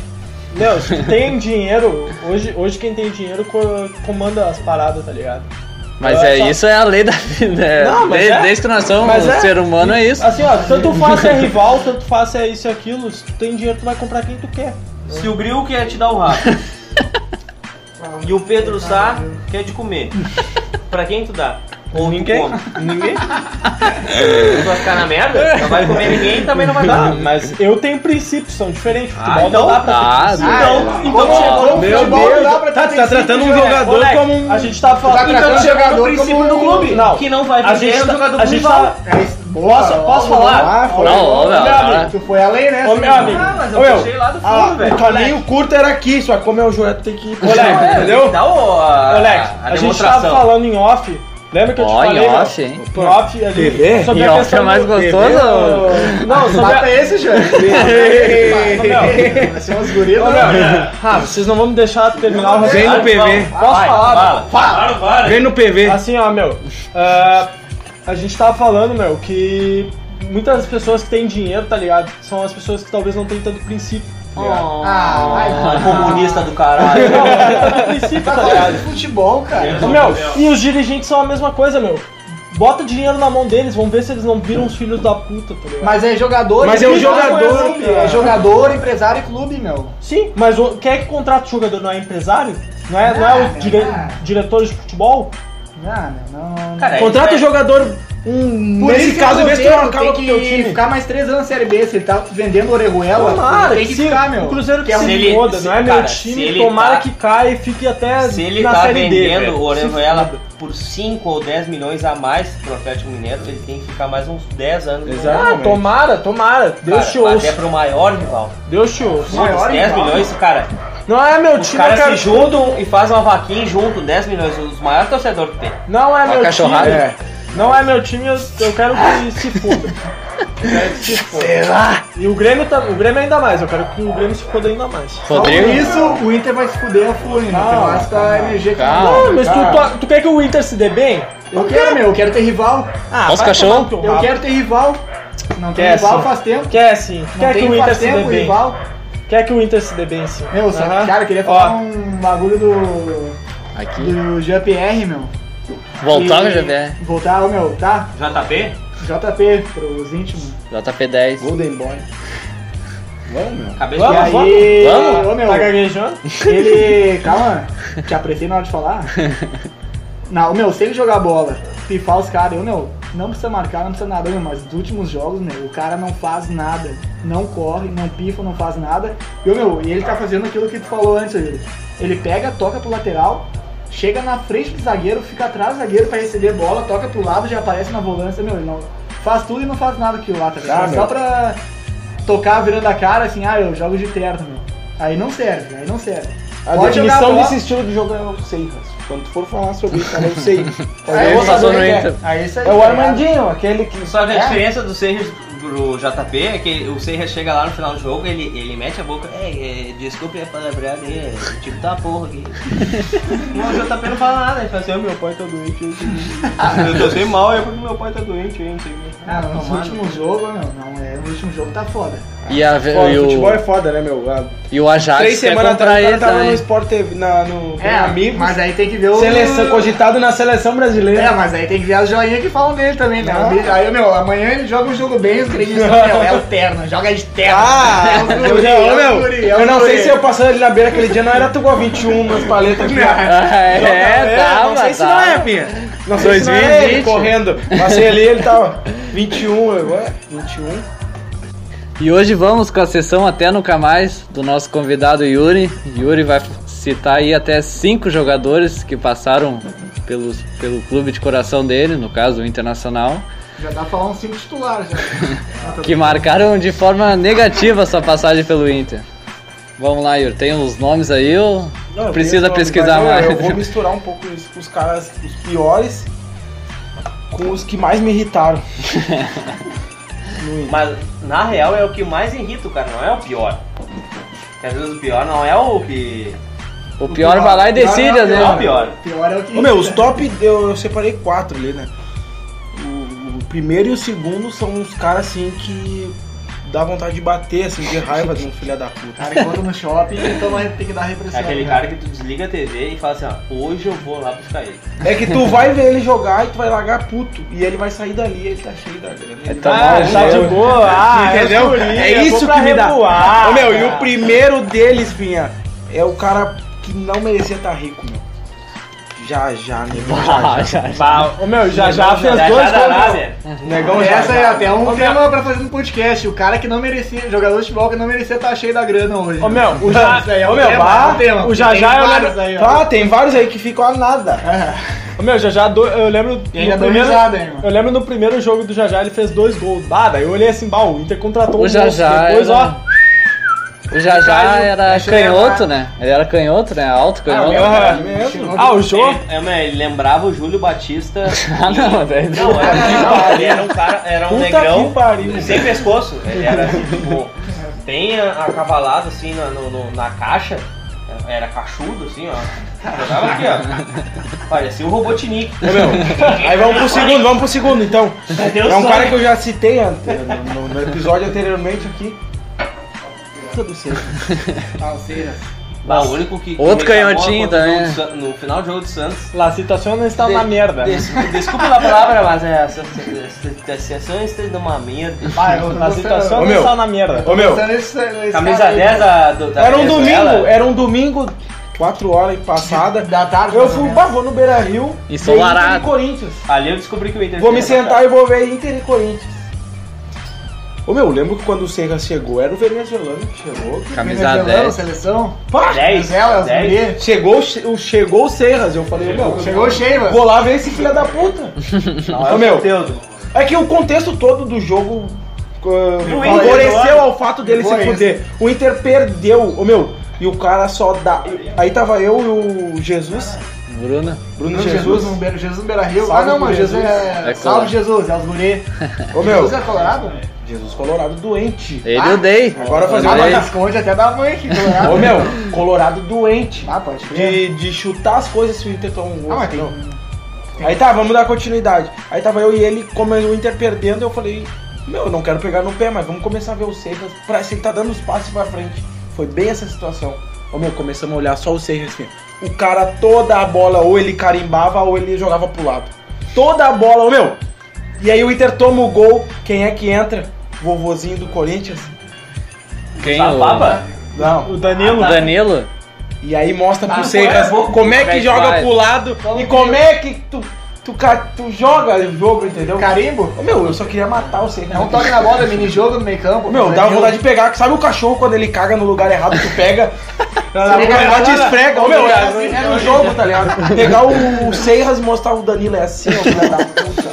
[SPEAKER 4] Meu, se tu tem dinheiro, hoje, hoje quem tem dinheiro co- comanda as paradas, tá ligado?
[SPEAKER 5] Mas
[SPEAKER 4] Eu
[SPEAKER 5] é
[SPEAKER 4] só-
[SPEAKER 5] isso é a lei da vida. é-
[SPEAKER 4] Não, mas
[SPEAKER 5] desde,
[SPEAKER 4] é.
[SPEAKER 5] desde que nós somos
[SPEAKER 4] Mas é.
[SPEAKER 5] ser
[SPEAKER 6] Ah,
[SPEAKER 5] humano é isso.
[SPEAKER 4] Assim, ó, tanto faz se é rival, tanto faz se é isso e aquilo, se tu tem dinheiro, tu vai comprar quem tu quer.
[SPEAKER 3] Se o Bril quer te dar
[SPEAKER 2] <laughs>
[SPEAKER 3] o rabo. e o Pedro
[SPEAKER 2] Tá
[SPEAKER 3] Sá quer te comer. Pra quem tu dá? Ou
[SPEAKER 4] Ninguém.
[SPEAKER 3] Tu come? Ninguém? tu vai ficar na merda? Não vai comer ninguém também não vai dar.
[SPEAKER 4] Mas eu tenho princípios, são diferentes.
[SPEAKER 3] Ah,
[SPEAKER 4] Futebol
[SPEAKER 3] então
[SPEAKER 4] não dá pra
[SPEAKER 5] tá,
[SPEAKER 4] ter princípio.
[SPEAKER 5] né?
[SPEAKER 3] Então, então
[SPEAKER 2] Como
[SPEAKER 3] chegou.
[SPEAKER 2] chegou-
[SPEAKER 6] Meu
[SPEAKER 2] futebol,
[SPEAKER 6] Deus.
[SPEAKER 2] dá pra
[SPEAKER 6] Tá,
[SPEAKER 2] ter
[SPEAKER 6] tu tá tratando um
[SPEAKER 2] princípio, né?
[SPEAKER 6] jogador
[SPEAKER 4] Moleque,
[SPEAKER 6] como um.
[SPEAKER 4] A gente tá
[SPEAKER 2] Tá
[SPEAKER 4] falando.
[SPEAKER 2] tratando
[SPEAKER 3] Então chegou
[SPEAKER 2] jogador
[SPEAKER 3] no princípio
[SPEAKER 2] como
[SPEAKER 3] do clube.
[SPEAKER 4] Não.
[SPEAKER 3] Que não vai
[SPEAKER 4] A
[SPEAKER 3] vender
[SPEAKER 4] gente
[SPEAKER 3] o jogador
[SPEAKER 4] tá. A
[SPEAKER 3] do
[SPEAKER 4] gente
[SPEAKER 3] rival.
[SPEAKER 4] tá.
[SPEAKER 2] É isso. Boa,
[SPEAKER 4] Posso-
[SPEAKER 6] Ah,
[SPEAKER 2] ó,
[SPEAKER 4] posso
[SPEAKER 2] ó,
[SPEAKER 4] falar?
[SPEAKER 2] ó, foi.
[SPEAKER 5] Não, ó,
[SPEAKER 2] Olha,
[SPEAKER 4] né,
[SPEAKER 5] meu,
[SPEAKER 2] amigo,
[SPEAKER 5] cara.
[SPEAKER 2] Tu foi além, né?
[SPEAKER 4] Ô, meu amigo.
[SPEAKER 3] Ah, mas eu
[SPEAKER 4] Ô, meu,
[SPEAKER 3] puxei lá do fundo,
[SPEAKER 6] Ah,
[SPEAKER 3] velho.
[SPEAKER 6] o caminho curto era aqui, só que como é o Joel, tu tem que ir.
[SPEAKER 4] Moleque,
[SPEAKER 3] É,
[SPEAKER 4] entendeu?
[SPEAKER 3] Dá o, Ah, a,
[SPEAKER 4] Alex,
[SPEAKER 3] a,
[SPEAKER 4] a, gente tava
[SPEAKER 3] demonstração.
[SPEAKER 4] falando em off. Lembra que eu te
[SPEAKER 5] Ó, em
[SPEAKER 4] falei? meu?
[SPEAKER 5] off, hein?
[SPEAKER 4] Em off ali.
[SPEAKER 6] TV?
[SPEAKER 4] Sobre
[SPEAKER 5] Em
[SPEAKER 4] a
[SPEAKER 5] off
[SPEAKER 4] questão
[SPEAKER 5] é mais
[SPEAKER 4] do-
[SPEAKER 5] gostoso?
[SPEAKER 4] TV, ô, Não, sobre a...
[SPEAKER 2] Mata esse, Jânio. Vai ser umas gurias, né?
[SPEAKER 4] Ah, vocês não vão me deixar terminar o
[SPEAKER 6] Vem
[SPEAKER 4] recado.
[SPEAKER 6] no PV.
[SPEAKER 4] Posso falar? meu?
[SPEAKER 3] Fala, fala.
[SPEAKER 6] Vem no PV.
[SPEAKER 4] Assim, ó, meu. ah, a gente tava falando, meu, que muitas pessoas que têm dinheiro, tá ligado? São as pessoas que talvez não têm tanto princípio. Tá ligado?
[SPEAKER 2] Ah, vai.
[SPEAKER 3] Comunista do caralho.
[SPEAKER 4] Não, não tem princípio,
[SPEAKER 2] Tá
[SPEAKER 4] tá
[SPEAKER 2] falando
[SPEAKER 4] ligado?
[SPEAKER 2] de futebol, cara.
[SPEAKER 4] Ô, meu, e os dirigentes são a mesma coisa, meu. Bota dinheiro na mão deles, vamos ver se eles não viram os filhos da puta, tá ligado?
[SPEAKER 2] Mas é jogador.
[SPEAKER 6] Mas
[SPEAKER 2] e
[SPEAKER 6] é um
[SPEAKER 2] clube,
[SPEAKER 6] jogador,
[SPEAKER 2] clube,
[SPEAKER 4] cara.
[SPEAKER 2] É jogador, empresário e clube, meu.
[SPEAKER 4] Sim, mas o, quem é que contrata o jogador? Não é empresário? Não é, não é
[SPEAKER 2] Ah,
[SPEAKER 4] o dire,
[SPEAKER 2] ah.
[SPEAKER 4] diretor de futebol?
[SPEAKER 2] Não, Ah, meu, não.
[SPEAKER 3] Cara,
[SPEAKER 6] Contrata o
[SPEAKER 3] isso é-
[SPEAKER 6] jogador. Um,
[SPEAKER 2] Por
[SPEAKER 6] nesse
[SPEAKER 2] isso
[SPEAKER 6] caso,
[SPEAKER 2] que o
[SPEAKER 6] vê se tu não
[SPEAKER 2] Cruzeiro
[SPEAKER 6] acaba com
[SPEAKER 2] tem
[SPEAKER 6] o teu
[SPEAKER 2] que
[SPEAKER 6] time.
[SPEAKER 2] ficar mais três anos na Série B. Se ele tá vendendo Orejuela,
[SPEAKER 4] Tomara
[SPEAKER 2] tem
[SPEAKER 4] que
[SPEAKER 2] que
[SPEAKER 4] se-
[SPEAKER 2] ficar, meu.
[SPEAKER 4] O Cruzeiro que
[SPEAKER 2] é um-
[SPEAKER 4] se
[SPEAKER 3] ele-
[SPEAKER 4] foda,
[SPEAKER 3] Então, se-
[SPEAKER 4] não é meu
[SPEAKER 3] cara, se
[SPEAKER 4] time.
[SPEAKER 3] ele
[SPEAKER 4] Tomara
[SPEAKER 3] tá-
[SPEAKER 4] que caia e fique até
[SPEAKER 3] Se ele
[SPEAKER 4] na
[SPEAKER 3] tá
[SPEAKER 4] série D.
[SPEAKER 3] vendendo
[SPEAKER 4] velho.
[SPEAKER 3] o
[SPEAKER 4] Se
[SPEAKER 3] Orejuela
[SPEAKER 4] foda.
[SPEAKER 3] por 5 ou 10 milhões a mais pro Atlético Mineiro, ele tem que ficar mais uns 10 anos. no
[SPEAKER 4] Ah,
[SPEAKER 3] Mineiro.
[SPEAKER 4] tomara, tomara. Deus
[SPEAKER 3] Cara,
[SPEAKER 4] te
[SPEAKER 3] Até
[SPEAKER 4] ouça.
[SPEAKER 3] pro maior rival.
[SPEAKER 4] Deus te ouça.
[SPEAKER 2] Maior
[SPEAKER 3] Os 10
[SPEAKER 2] rival.
[SPEAKER 3] milhões, cara.
[SPEAKER 4] Não é meu
[SPEAKER 3] Os
[SPEAKER 4] time, eu
[SPEAKER 3] caras se
[SPEAKER 4] quero...
[SPEAKER 3] juntam e fazem uma vaquinha junto, 10 milhões, os maiores torcedores que tem.
[SPEAKER 4] Não é meu
[SPEAKER 5] cachorrada.
[SPEAKER 4] time. Não é meu time, eu, eu quero que se foda. Eu quero que se
[SPEAKER 5] <laughs>
[SPEAKER 4] foda. E o Grêmio, tá, o Grêmio ainda mais, eu quero que o Grêmio se foda ainda mais.
[SPEAKER 5] Rodrigo?
[SPEAKER 2] Por Então, isso, o Inter vai se fuder a fúria, meu.
[SPEAKER 4] Calma,
[SPEAKER 2] Eu acho que a energia que
[SPEAKER 5] calma.
[SPEAKER 4] Ah,
[SPEAKER 2] não
[SPEAKER 4] mas
[SPEAKER 2] cara.
[SPEAKER 4] tu, tu, tu quer que o Inter se dê bem?
[SPEAKER 2] Eu quero, meu. Eu quero ter rival.
[SPEAKER 4] Ah,
[SPEAKER 5] Posso
[SPEAKER 4] vai
[SPEAKER 5] cachorro?
[SPEAKER 4] tomar no teu
[SPEAKER 2] Eu
[SPEAKER 4] rabo.
[SPEAKER 2] quero ter rival. Não tem
[SPEAKER 4] Quer
[SPEAKER 2] rival
[SPEAKER 4] sim.
[SPEAKER 2] faz tempo.
[SPEAKER 4] Quer sim.
[SPEAKER 2] Não
[SPEAKER 4] Quer que
[SPEAKER 2] tem
[SPEAKER 4] o Inter
[SPEAKER 2] faz
[SPEAKER 4] se dê
[SPEAKER 2] tempo
[SPEAKER 4] bem.
[SPEAKER 2] rival.
[SPEAKER 4] Quer que o Inter se dê bem sim.
[SPEAKER 2] Meu, só
[SPEAKER 4] Aham.
[SPEAKER 2] que, cara, eu queria falar um bagulho do.
[SPEAKER 5] Aqui.
[SPEAKER 2] do Jean-Pierre, meu.
[SPEAKER 5] Voltava,
[SPEAKER 2] E-
[SPEAKER 5] JP.
[SPEAKER 2] Voltar, meu, tá?
[SPEAKER 3] JP?
[SPEAKER 2] JP, pros íntimos.
[SPEAKER 5] JP10.
[SPEAKER 6] Golden Boy. Vamos, meu.
[SPEAKER 3] Cabeça
[SPEAKER 2] E
[SPEAKER 4] Vamos,
[SPEAKER 3] de
[SPEAKER 4] vamos.
[SPEAKER 2] aí,
[SPEAKER 5] Vamos?
[SPEAKER 2] ô, meu,
[SPEAKER 4] Tá gaguejando?
[SPEAKER 2] ele. Calma, te apressei na hora de falar. Não, meu, se ele jogar bola, pifar os caras, eu, meu, não precisa marcar, não precisa nada, meu, mas nos últimos jogos, meu, o cara não faz nada. Não corre, não pifa, não faz nada. E, ô, meu, e ele tá fazendo aquilo que tu falou antes, ele, ele pega, toca pro lateral, chega na frente do zagueiro, fica atrás do zagueiro pra receber bola, toca pro lado, já aparece na volância, meu, ele não faz tudo e não faz nada aquilo lá, tá
[SPEAKER 6] Ah,
[SPEAKER 2] ligado?
[SPEAKER 6] meu.
[SPEAKER 2] Só pra tocar virando a cara, assim, ah, eu jogo de terno, meu. Aí não serve, aí não serve.
[SPEAKER 6] A
[SPEAKER 2] Pode jogar
[SPEAKER 6] definição
[SPEAKER 2] bola-
[SPEAKER 6] desse estilo de jogo é eu não sei, Hans. Quando tu for falar sobre isso, é cara, eu sei.
[SPEAKER 5] <laughs>
[SPEAKER 2] Aí
[SPEAKER 5] É, Eu vou
[SPEAKER 2] fazer
[SPEAKER 5] fazer
[SPEAKER 2] o
[SPEAKER 5] no
[SPEAKER 4] é
[SPEAKER 2] que
[SPEAKER 5] Inter.
[SPEAKER 2] quer. Aí isso aí.
[SPEAKER 6] É o
[SPEAKER 2] tá ligado?
[SPEAKER 6] Armandinho, aquele que.
[SPEAKER 3] Só que a
[SPEAKER 2] É?
[SPEAKER 3] diferença do Sergio pro JP é que o Seiras chega lá no final do jogo, ele, ele mete a boca, é, é desculpe a palavreada aí, é, o time tá uma porra <laughs> aqui. Mas o JP não fala nada, ele fala assim, "Ah, meu pai tá doente, eu, <laughs> sei." eu tô bem mal, é porque meu pai tá doente, hein, não sei o quê.
[SPEAKER 2] Ah, não, nos
[SPEAKER 3] Tomar no
[SPEAKER 2] últimos jogos, meu, não é. O último jogo tá foda.
[SPEAKER 5] E, a,
[SPEAKER 4] Pô,
[SPEAKER 5] e,
[SPEAKER 4] futebol é
[SPEAKER 5] o,
[SPEAKER 4] foda, né, meu?
[SPEAKER 6] Ah,
[SPEAKER 4] Há
[SPEAKER 5] e o Ajax
[SPEAKER 4] Três
[SPEAKER 5] quer
[SPEAKER 4] semanas
[SPEAKER 5] comprar
[SPEAKER 4] atrás o
[SPEAKER 5] ele
[SPEAKER 4] cara tava no
[SPEAKER 5] <laughs> também.
[SPEAKER 4] Sport TV, na, no
[SPEAKER 2] É,
[SPEAKER 4] Amigos,
[SPEAKER 2] mas aí tem que ver o.
[SPEAKER 4] seleção, cogitado na seleção brasileira.
[SPEAKER 2] É, mas aí tem que ver as joinhas que falam dele também, né?
[SPEAKER 4] Ah.
[SPEAKER 2] Aí, meu, amanhã ele joga um jogo bem, os gremistas, meu, é o terno, joga de terno.
[SPEAKER 4] Ah,
[SPEAKER 2] é os guri,
[SPEAKER 4] eu, já,
[SPEAKER 2] é os
[SPEAKER 4] ô, meu,
[SPEAKER 2] guri, é os
[SPEAKER 4] eu não sei
[SPEAKER 2] guri.
[SPEAKER 4] se eu passando ali na beira aquele dia não era tu com a 21 nas paletas aqui. ó.
[SPEAKER 5] Ah,
[SPEAKER 4] É,
[SPEAKER 5] é,
[SPEAKER 4] tá,
[SPEAKER 5] tava,
[SPEAKER 4] não sei se
[SPEAKER 5] tava.
[SPEAKER 4] não é, Pinha. Não sei se não é
[SPEAKER 5] 2020.
[SPEAKER 4] ele correndo. Passei ali, ele tava 21, agora 21.
[SPEAKER 5] E hoje vamos com a sessão Até Nunca Mais do nosso convidado Yuri. Yuri vai citar aí até cinco jogadores que passaram pelos, pelo clube de coração dele, no caso o Internacional,
[SPEAKER 2] Já dá pra falar uns cinco titulares já.
[SPEAKER 5] que marcaram de forma negativa sua passagem pelo Inter. Vamos lá, Yuri, tem os nomes aí ou
[SPEAKER 4] Não,
[SPEAKER 5] precisa
[SPEAKER 4] eu-
[SPEAKER 5] pesquisar
[SPEAKER 4] mas eu-
[SPEAKER 5] mais?
[SPEAKER 4] Eu vou misturar um pouco isso com os caras, os piores, com os que mais me
[SPEAKER 5] <laughs>
[SPEAKER 4] irritaram.
[SPEAKER 3] Mas na real é o que mais irrita o cara, não é o pior. Porque às vezes o pior não é o que.
[SPEAKER 5] <laughs> O pior vai lá e decide,
[SPEAKER 3] Não é o
[SPEAKER 5] né?
[SPEAKER 3] pior.
[SPEAKER 2] Pior é o que.
[SPEAKER 4] Ô, meu, os top, eu, eu separei quatro ali, né? O, o primeiro e o segundo são uns caras assim que dá vontade de bater, assim, de raiva de um filho da
[SPEAKER 2] O
[SPEAKER 4] puta.
[SPEAKER 2] cara encontra no shopping, então vai ter que dar
[SPEAKER 3] É
[SPEAKER 2] repressão.
[SPEAKER 3] aquele
[SPEAKER 2] né?
[SPEAKER 3] cara que tu desliga a TV e fala assim, ó, hoje eu vou lá buscar ele.
[SPEAKER 4] É que tu vai ver ele jogar e tu vai largar puto. E ele vai sair dali, ele tá cheio da grana. ele
[SPEAKER 5] tá
[SPEAKER 4] vai-
[SPEAKER 5] bom,
[SPEAKER 4] tá
[SPEAKER 5] eu-
[SPEAKER 4] de boa, <laughs> ah,
[SPEAKER 7] Entendeu?
[SPEAKER 4] os guri,
[SPEAKER 7] É
[SPEAKER 4] eu
[SPEAKER 7] isso
[SPEAKER 4] vou pra
[SPEAKER 7] que me dá.
[SPEAKER 4] reboar, Ô, meu, e o primeiro deles, Pinha, é o cara que não merecia estar rico, meu. Já, já, nego, <laughs> já, já.
[SPEAKER 7] Bah, ô, meu, já já fez
[SPEAKER 3] Já né?
[SPEAKER 7] dois
[SPEAKER 3] já da
[SPEAKER 7] gols.
[SPEAKER 3] Arábia.
[SPEAKER 4] Negão já.
[SPEAKER 2] Essa é
[SPEAKER 4] já.
[SPEAKER 2] até um tema pra fazer um podcast. O cara que não merecia, jogador de futebol que não merecia tá cheio da grana hoje.
[SPEAKER 7] Ô, meu, o
[SPEAKER 2] Não,
[SPEAKER 7] já-
[SPEAKER 2] isso aí é
[SPEAKER 7] ô,
[SPEAKER 2] um
[SPEAKER 7] meu,
[SPEAKER 2] tema,
[SPEAKER 7] bah,
[SPEAKER 2] é um tema.
[SPEAKER 7] o já
[SPEAKER 2] Tem
[SPEAKER 7] já eu
[SPEAKER 2] vários
[SPEAKER 7] lembro-
[SPEAKER 2] aí, ó.
[SPEAKER 4] Tá, tem vários aí que ficam a nada.
[SPEAKER 7] Ô, meu, já já do- eu lembro do
[SPEAKER 2] Ele é
[SPEAKER 7] primeiro.
[SPEAKER 2] dominado, hein, mano?
[SPEAKER 7] Eu lembro no primeiro jogo do Jajá, ele fez dois gols. Bah, daí eu olhei assim, bah, o Inter contratou
[SPEAKER 5] O
[SPEAKER 7] um
[SPEAKER 5] Jajá é
[SPEAKER 7] Depois, ó,
[SPEAKER 5] era... O Jajá
[SPEAKER 7] Caio,
[SPEAKER 5] era
[SPEAKER 2] deixa eu
[SPEAKER 5] canhoto, né? Ele era canhoto, né? Alto
[SPEAKER 4] É
[SPEAKER 5] canhoto.
[SPEAKER 7] Ah,
[SPEAKER 2] Chegou
[SPEAKER 7] ah, o Jô.
[SPEAKER 3] Ele, é, mas ele lembrava o Júlio
[SPEAKER 7] <laughs>
[SPEAKER 3] Batista.
[SPEAKER 5] Ah, não, daí-
[SPEAKER 3] Não, era, ele era um cara, era um
[SPEAKER 4] Puta que
[SPEAKER 3] negrão
[SPEAKER 4] pariu.
[SPEAKER 3] sem pescoço. Ele era assim, tipo, bem a- acavalado assim na, no- no- na caixa. Era cachudo, assim, ó. Jogava aqui, ó. Parecia o Robotnik.
[SPEAKER 4] Ô, meu, aí vamos pro segundo, vamos pro segundo então.
[SPEAKER 3] Deus
[SPEAKER 4] é um cara
[SPEAKER 3] sabe.
[SPEAKER 4] que eu já citei ante- no, no- no episódio anteriormente aqui. Puta do céu.
[SPEAKER 2] Calceira.
[SPEAKER 3] Bah, o único que. que
[SPEAKER 5] Outro
[SPEAKER 3] reclamou
[SPEAKER 5] canhotinho
[SPEAKER 3] quando o jogo
[SPEAKER 5] também.
[SPEAKER 3] do San- No final do jogo do Santos.
[SPEAKER 7] La situação não está na merda.
[SPEAKER 3] Des, desculpa a palavra, mas é, essa associação está de uma merda.
[SPEAKER 2] Vai, eu
[SPEAKER 7] La situação
[SPEAKER 4] Ô,
[SPEAKER 7] não
[SPEAKER 4] meu.
[SPEAKER 7] está na merda.
[SPEAKER 4] Ô meu,
[SPEAKER 3] Camisa 10 da, do-
[SPEAKER 2] Tá
[SPEAKER 3] da
[SPEAKER 4] era um
[SPEAKER 3] Venezuela.
[SPEAKER 4] domingo, era um domingo, 4 horas e passada.
[SPEAKER 2] Da tarde. né?
[SPEAKER 4] Eu
[SPEAKER 2] mais ou
[SPEAKER 4] fui,
[SPEAKER 2] menos.
[SPEAKER 4] bah, vou no Beira Rio.
[SPEAKER 5] Ensolarado.
[SPEAKER 4] Inter e Corinthians.
[SPEAKER 3] Ali eu descobri que o Inter.
[SPEAKER 4] Vou me
[SPEAKER 3] tinha
[SPEAKER 4] sentar e vou ver Inter e Corinthians. Ô meu, lembro que quando o Senga chegou, era o venezuelano que chegou.
[SPEAKER 5] Camisa
[SPEAKER 2] Venezuelano,
[SPEAKER 5] 10.
[SPEAKER 2] seleção.
[SPEAKER 4] Pá!
[SPEAKER 3] Dez,
[SPEAKER 2] Venezuela, os
[SPEAKER 3] dez.
[SPEAKER 2] guri.
[SPEAKER 4] Chegou, o Che- o- chegou o Serras, eu falei, meu,
[SPEAKER 2] Chegou cheio, mano.
[SPEAKER 4] vou lá ver esse filho da puta.
[SPEAKER 3] Não, é
[SPEAKER 4] Ô,
[SPEAKER 3] o
[SPEAKER 4] meu.
[SPEAKER 3] Soteudo.
[SPEAKER 4] É que o contexto todo do jogo uh,
[SPEAKER 3] Inter
[SPEAKER 4] favoreceu ao fato dele se
[SPEAKER 2] Foi isso.
[SPEAKER 4] fuder. O Inter perdeu, ô meu, e o cara só dá. Aí tava eu e o Jesus,
[SPEAKER 5] Bruno.
[SPEAKER 4] Bruno
[SPEAKER 2] Bruno
[SPEAKER 4] Jesus.
[SPEAKER 2] Jesus, um beijo, Jesus no Beira Rio. Ah,
[SPEAKER 4] Salve,
[SPEAKER 2] não, mano,
[SPEAKER 4] Jesus.
[SPEAKER 2] Jesus é.
[SPEAKER 5] É
[SPEAKER 2] Salve
[SPEAKER 5] colorado.
[SPEAKER 2] Jesus, é os guri.
[SPEAKER 4] Ô meu,
[SPEAKER 2] Jesus é colorado? né?
[SPEAKER 4] Jesus Colorado doente.
[SPEAKER 5] Ele
[SPEAKER 2] Ah,
[SPEAKER 5] eu dei.
[SPEAKER 4] agora fazer
[SPEAKER 5] Eu
[SPEAKER 2] Ah,
[SPEAKER 4] uma
[SPEAKER 5] dei.
[SPEAKER 2] mas esconde até da mãe aqui, colorado.
[SPEAKER 4] Ô meu, Colorado doente.
[SPEAKER 2] Ah, pode crer.
[SPEAKER 4] De, de chutar as coisas se o Inter toma um gol.
[SPEAKER 2] Ah, mas tem.
[SPEAKER 4] entendeu? Aí tá, vamos dar continuidade. Aí tava eu e ele, como o Inter perdendo, eu falei, meu, eu não quero pegar no pé, mas vamos começar a ver o Seiras pra se ele tá dando os passos pra frente. Foi bem essa situação. Ô meu, começamos a olhar só o Seiras assim. O cara, toda a bola, ou ele carimbava ou ele jogava pro lado. Toda a bola, ô meu! E aí o Inter toma o gol, quem é que entra? Vovozinho do Corinthians?
[SPEAKER 5] Quem? é O
[SPEAKER 3] Sapaba?
[SPEAKER 4] Não.
[SPEAKER 7] O Danilo.
[SPEAKER 3] Ah,
[SPEAKER 5] O
[SPEAKER 3] tá.
[SPEAKER 5] Danilo?
[SPEAKER 4] E aí mostra pro
[SPEAKER 2] Ah,
[SPEAKER 4] Seiras
[SPEAKER 2] é bom.
[SPEAKER 4] como é que
[SPEAKER 5] Vai,
[SPEAKER 4] joga
[SPEAKER 5] vai.
[SPEAKER 4] pro lado e como é que tu, tu, ca- tu joga o jogo, entendeu?
[SPEAKER 2] Carimbo?
[SPEAKER 4] Ô, Meu, eu só queria matar o Seiras.
[SPEAKER 2] É um toque na bola, mini jogo no meio campo. é
[SPEAKER 4] Meu, dá
[SPEAKER 7] é
[SPEAKER 2] Brasil.
[SPEAKER 4] vontade de pegar. Sabe o cachorro quando ele caga no lugar errado, tu
[SPEAKER 7] <laughs>
[SPEAKER 4] pega. Na
[SPEAKER 2] Pega a
[SPEAKER 4] verdade,
[SPEAKER 2] bola.
[SPEAKER 4] esfrega. Ô, meu,
[SPEAKER 2] Olha,
[SPEAKER 4] é assim,
[SPEAKER 2] olha,
[SPEAKER 4] era o jogo, tá ligado? Pegar o, o Seiras e mostrar o Danilo é assim, ó. filha da puta.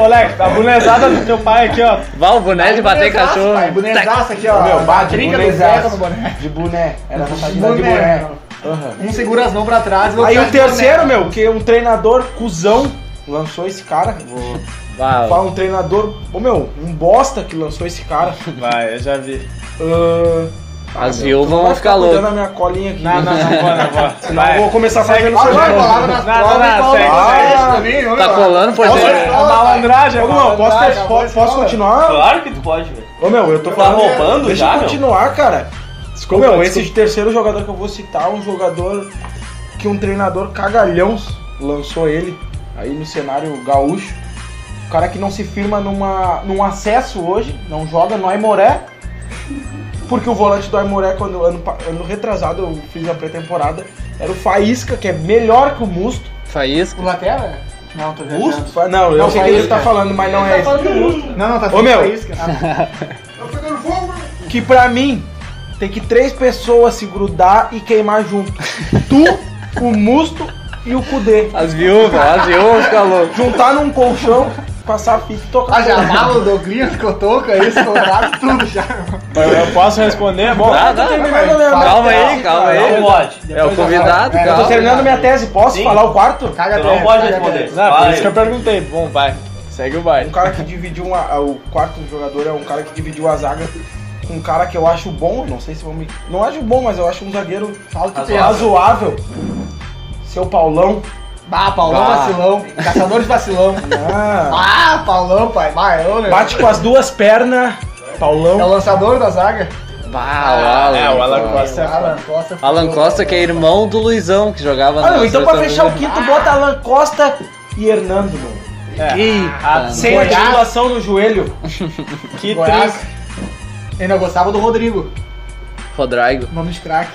[SPEAKER 7] Ô, Leco, a bonezada do teu pai aqui, ó.
[SPEAKER 5] Vai o boné de bater
[SPEAKER 2] Bonezaço,
[SPEAKER 5] cachorro.
[SPEAKER 2] pai, Bonezaço aqui, ó.
[SPEAKER 4] Ô, meu, bate,
[SPEAKER 2] Trinca no
[SPEAKER 4] bonezaço.
[SPEAKER 2] Zeca no boné.
[SPEAKER 4] De boné. Era
[SPEAKER 2] tá
[SPEAKER 4] vontade de dar de
[SPEAKER 2] Boné.
[SPEAKER 4] boné. Aham.
[SPEAKER 2] Um segura as mãos pra trás e
[SPEAKER 4] Aí
[SPEAKER 2] outro
[SPEAKER 4] o
[SPEAKER 2] faz
[SPEAKER 4] terceiro, meu, que é um treinador cuzão, lançou esse cara. Vou
[SPEAKER 5] Bah,
[SPEAKER 4] falar um treinador, ô meu, um bosta que lançou esse cara.
[SPEAKER 8] Vai, eu já vi.
[SPEAKER 4] Ah, ah,
[SPEAKER 5] As
[SPEAKER 4] meu,
[SPEAKER 5] viúvas
[SPEAKER 4] tu
[SPEAKER 5] vão
[SPEAKER 4] vai
[SPEAKER 5] ficar
[SPEAKER 4] cuidando
[SPEAKER 5] louca.
[SPEAKER 4] da minha colinha aqui.
[SPEAKER 8] Não, não, não vou, não vou.
[SPEAKER 4] Senão eu vou começar a fazer no
[SPEAKER 2] Fala uma
[SPEAKER 4] celular.
[SPEAKER 2] palavra nas
[SPEAKER 8] Nada,
[SPEAKER 2] provas e
[SPEAKER 8] nada,
[SPEAKER 2] fala
[SPEAKER 8] segue,
[SPEAKER 2] mal
[SPEAKER 8] segue.
[SPEAKER 2] isso também, ô,
[SPEAKER 5] tá
[SPEAKER 2] meu.
[SPEAKER 5] colando, pois
[SPEAKER 2] Nossa,
[SPEAKER 5] é.
[SPEAKER 2] fala,
[SPEAKER 8] A malandragem,
[SPEAKER 4] Ô, meu, posso, ter-
[SPEAKER 2] Vai, vai,
[SPEAKER 4] posso, posso
[SPEAKER 2] vai.
[SPEAKER 4] continuar?
[SPEAKER 3] Claro que tu pode, velho.
[SPEAKER 4] Ô meu, eu tô
[SPEAKER 3] Tá
[SPEAKER 4] falando.
[SPEAKER 3] roubando
[SPEAKER 4] Deixa
[SPEAKER 3] já,
[SPEAKER 4] eu
[SPEAKER 3] meu?
[SPEAKER 4] continuar, cara.
[SPEAKER 8] Desculpa,
[SPEAKER 4] meu,
[SPEAKER 8] desculpa.
[SPEAKER 4] esse terceiro jogador que eu vou citar é um jogador que um treinador cagalhão lançou ele aí no cenário gaúcho. O cara que não se firma numa, num acesso hoje, não joga no Aimoré. Porque o volante do Aimoré, quando ano, pa- ano retrasado eu fiz a pré-temporada, era o Faísca, que é melhor que o Musto.
[SPEAKER 5] Faísca.
[SPEAKER 2] O Latela? Não, tô
[SPEAKER 4] Musto?
[SPEAKER 2] viajando.
[SPEAKER 4] Fa- Não, eu
[SPEAKER 2] Não,
[SPEAKER 4] sei o que ele
[SPEAKER 2] Faísca.
[SPEAKER 4] tá falando, mas não é esse.
[SPEAKER 2] Não, não, tá
[SPEAKER 4] Ô, meu.
[SPEAKER 2] isso, cara.
[SPEAKER 9] Tá pegando fogo, meu.
[SPEAKER 4] que pra mim tem que três pessoas se grudar e queimar junto. tu, o Musto e o Kudê.
[SPEAKER 5] As viúvas, as viúvas ficam loucas.
[SPEAKER 4] Juntar num colchão, passar a fita e tocar.
[SPEAKER 2] Ah, já fala o Douglas, Cotoca, é isso, Colorado, tudo já.
[SPEAKER 8] Eu, eu posso responder? Bom,
[SPEAKER 5] Dá, dá.
[SPEAKER 4] Terminando a minha-
[SPEAKER 5] Calma
[SPEAKER 4] minha
[SPEAKER 5] aí,
[SPEAKER 4] tese,
[SPEAKER 5] calma
[SPEAKER 4] cara.
[SPEAKER 5] aí.
[SPEAKER 3] Não pode.
[SPEAKER 5] É o convidado,
[SPEAKER 2] É,
[SPEAKER 4] Eu tô
[SPEAKER 5] calma.
[SPEAKER 4] terminando minha tese, posso
[SPEAKER 3] Sim.
[SPEAKER 4] falar o quarto?
[SPEAKER 2] Caga
[SPEAKER 3] Tu Então não
[SPEAKER 2] tese,
[SPEAKER 3] pode
[SPEAKER 2] caga
[SPEAKER 3] responder.
[SPEAKER 2] tese.
[SPEAKER 8] não, por
[SPEAKER 3] Vai.
[SPEAKER 8] isso que eu perguntei. Bom, vai. Segue o
[SPEAKER 4] Um
[SPEAKER 8] baile.
[SPEAKER 4] cara que dividiu uma- o quarto jogador é um cara que dividiu a zaga com um cara que eu acho bom, não sei se vão me. Não acho bom, mas eu acho um zagueiro
[SPEAKER 2] Fala o que tem.
[SPEAKER 4] razoável. Seu Paulão.
[SPEAKER 2] Bah, Paulão
[SPEAKER 5] Bah.
[SPEAKER 2] vacilão. Caçador de vacilão.
[SPEAKER 4] Ah,
[SPEAKER 2] Ah, Paulão, pai. Bah, é eu, meu.
[SPEAKER 4] bate com as duas pernas. Paulão.
[SPEAKER 2] É o lançador da zaga.
[SPEAKER 5] Bah, o Alan.
[SPEAKER 8] É, o Alan
[SPEAKER 5] Costa.
[SPEAKER 8] Costa é foda.
[SPEAKER 2] Alan Costa.
[SPEAKER 5] Alan Costa, que é irmão do Luizão, que jogava
[SPEAKER 4] Ah, não,
[SPEAKER 5] na
[SPEAKER 4] então pra
[SPEAKER 5] seleção
[SPEAKER 4] fechar o
[SPEAKER 5] brasileira.
[SPEAKER 4] quinto, bota Alan Costa e Hernando, mano.
[SPEAKER 8] Ah,
[SPEAKER 4] Sem
[SPEAKER 2] Goiás.
[SPEAKER 4] articulação no
[SPEAKER 8] <laughs>
[SPEAKER 4] joelho.
[SPEAKER 8] que
[SPEAKER 2] Goiás.
[SPEAKER 8] triste.
[SPEAKER 2] Ainda gostava do Rodrigo,
[SPEAKER 5] Rodrigo.
[SPEAKER 2] nome de craque.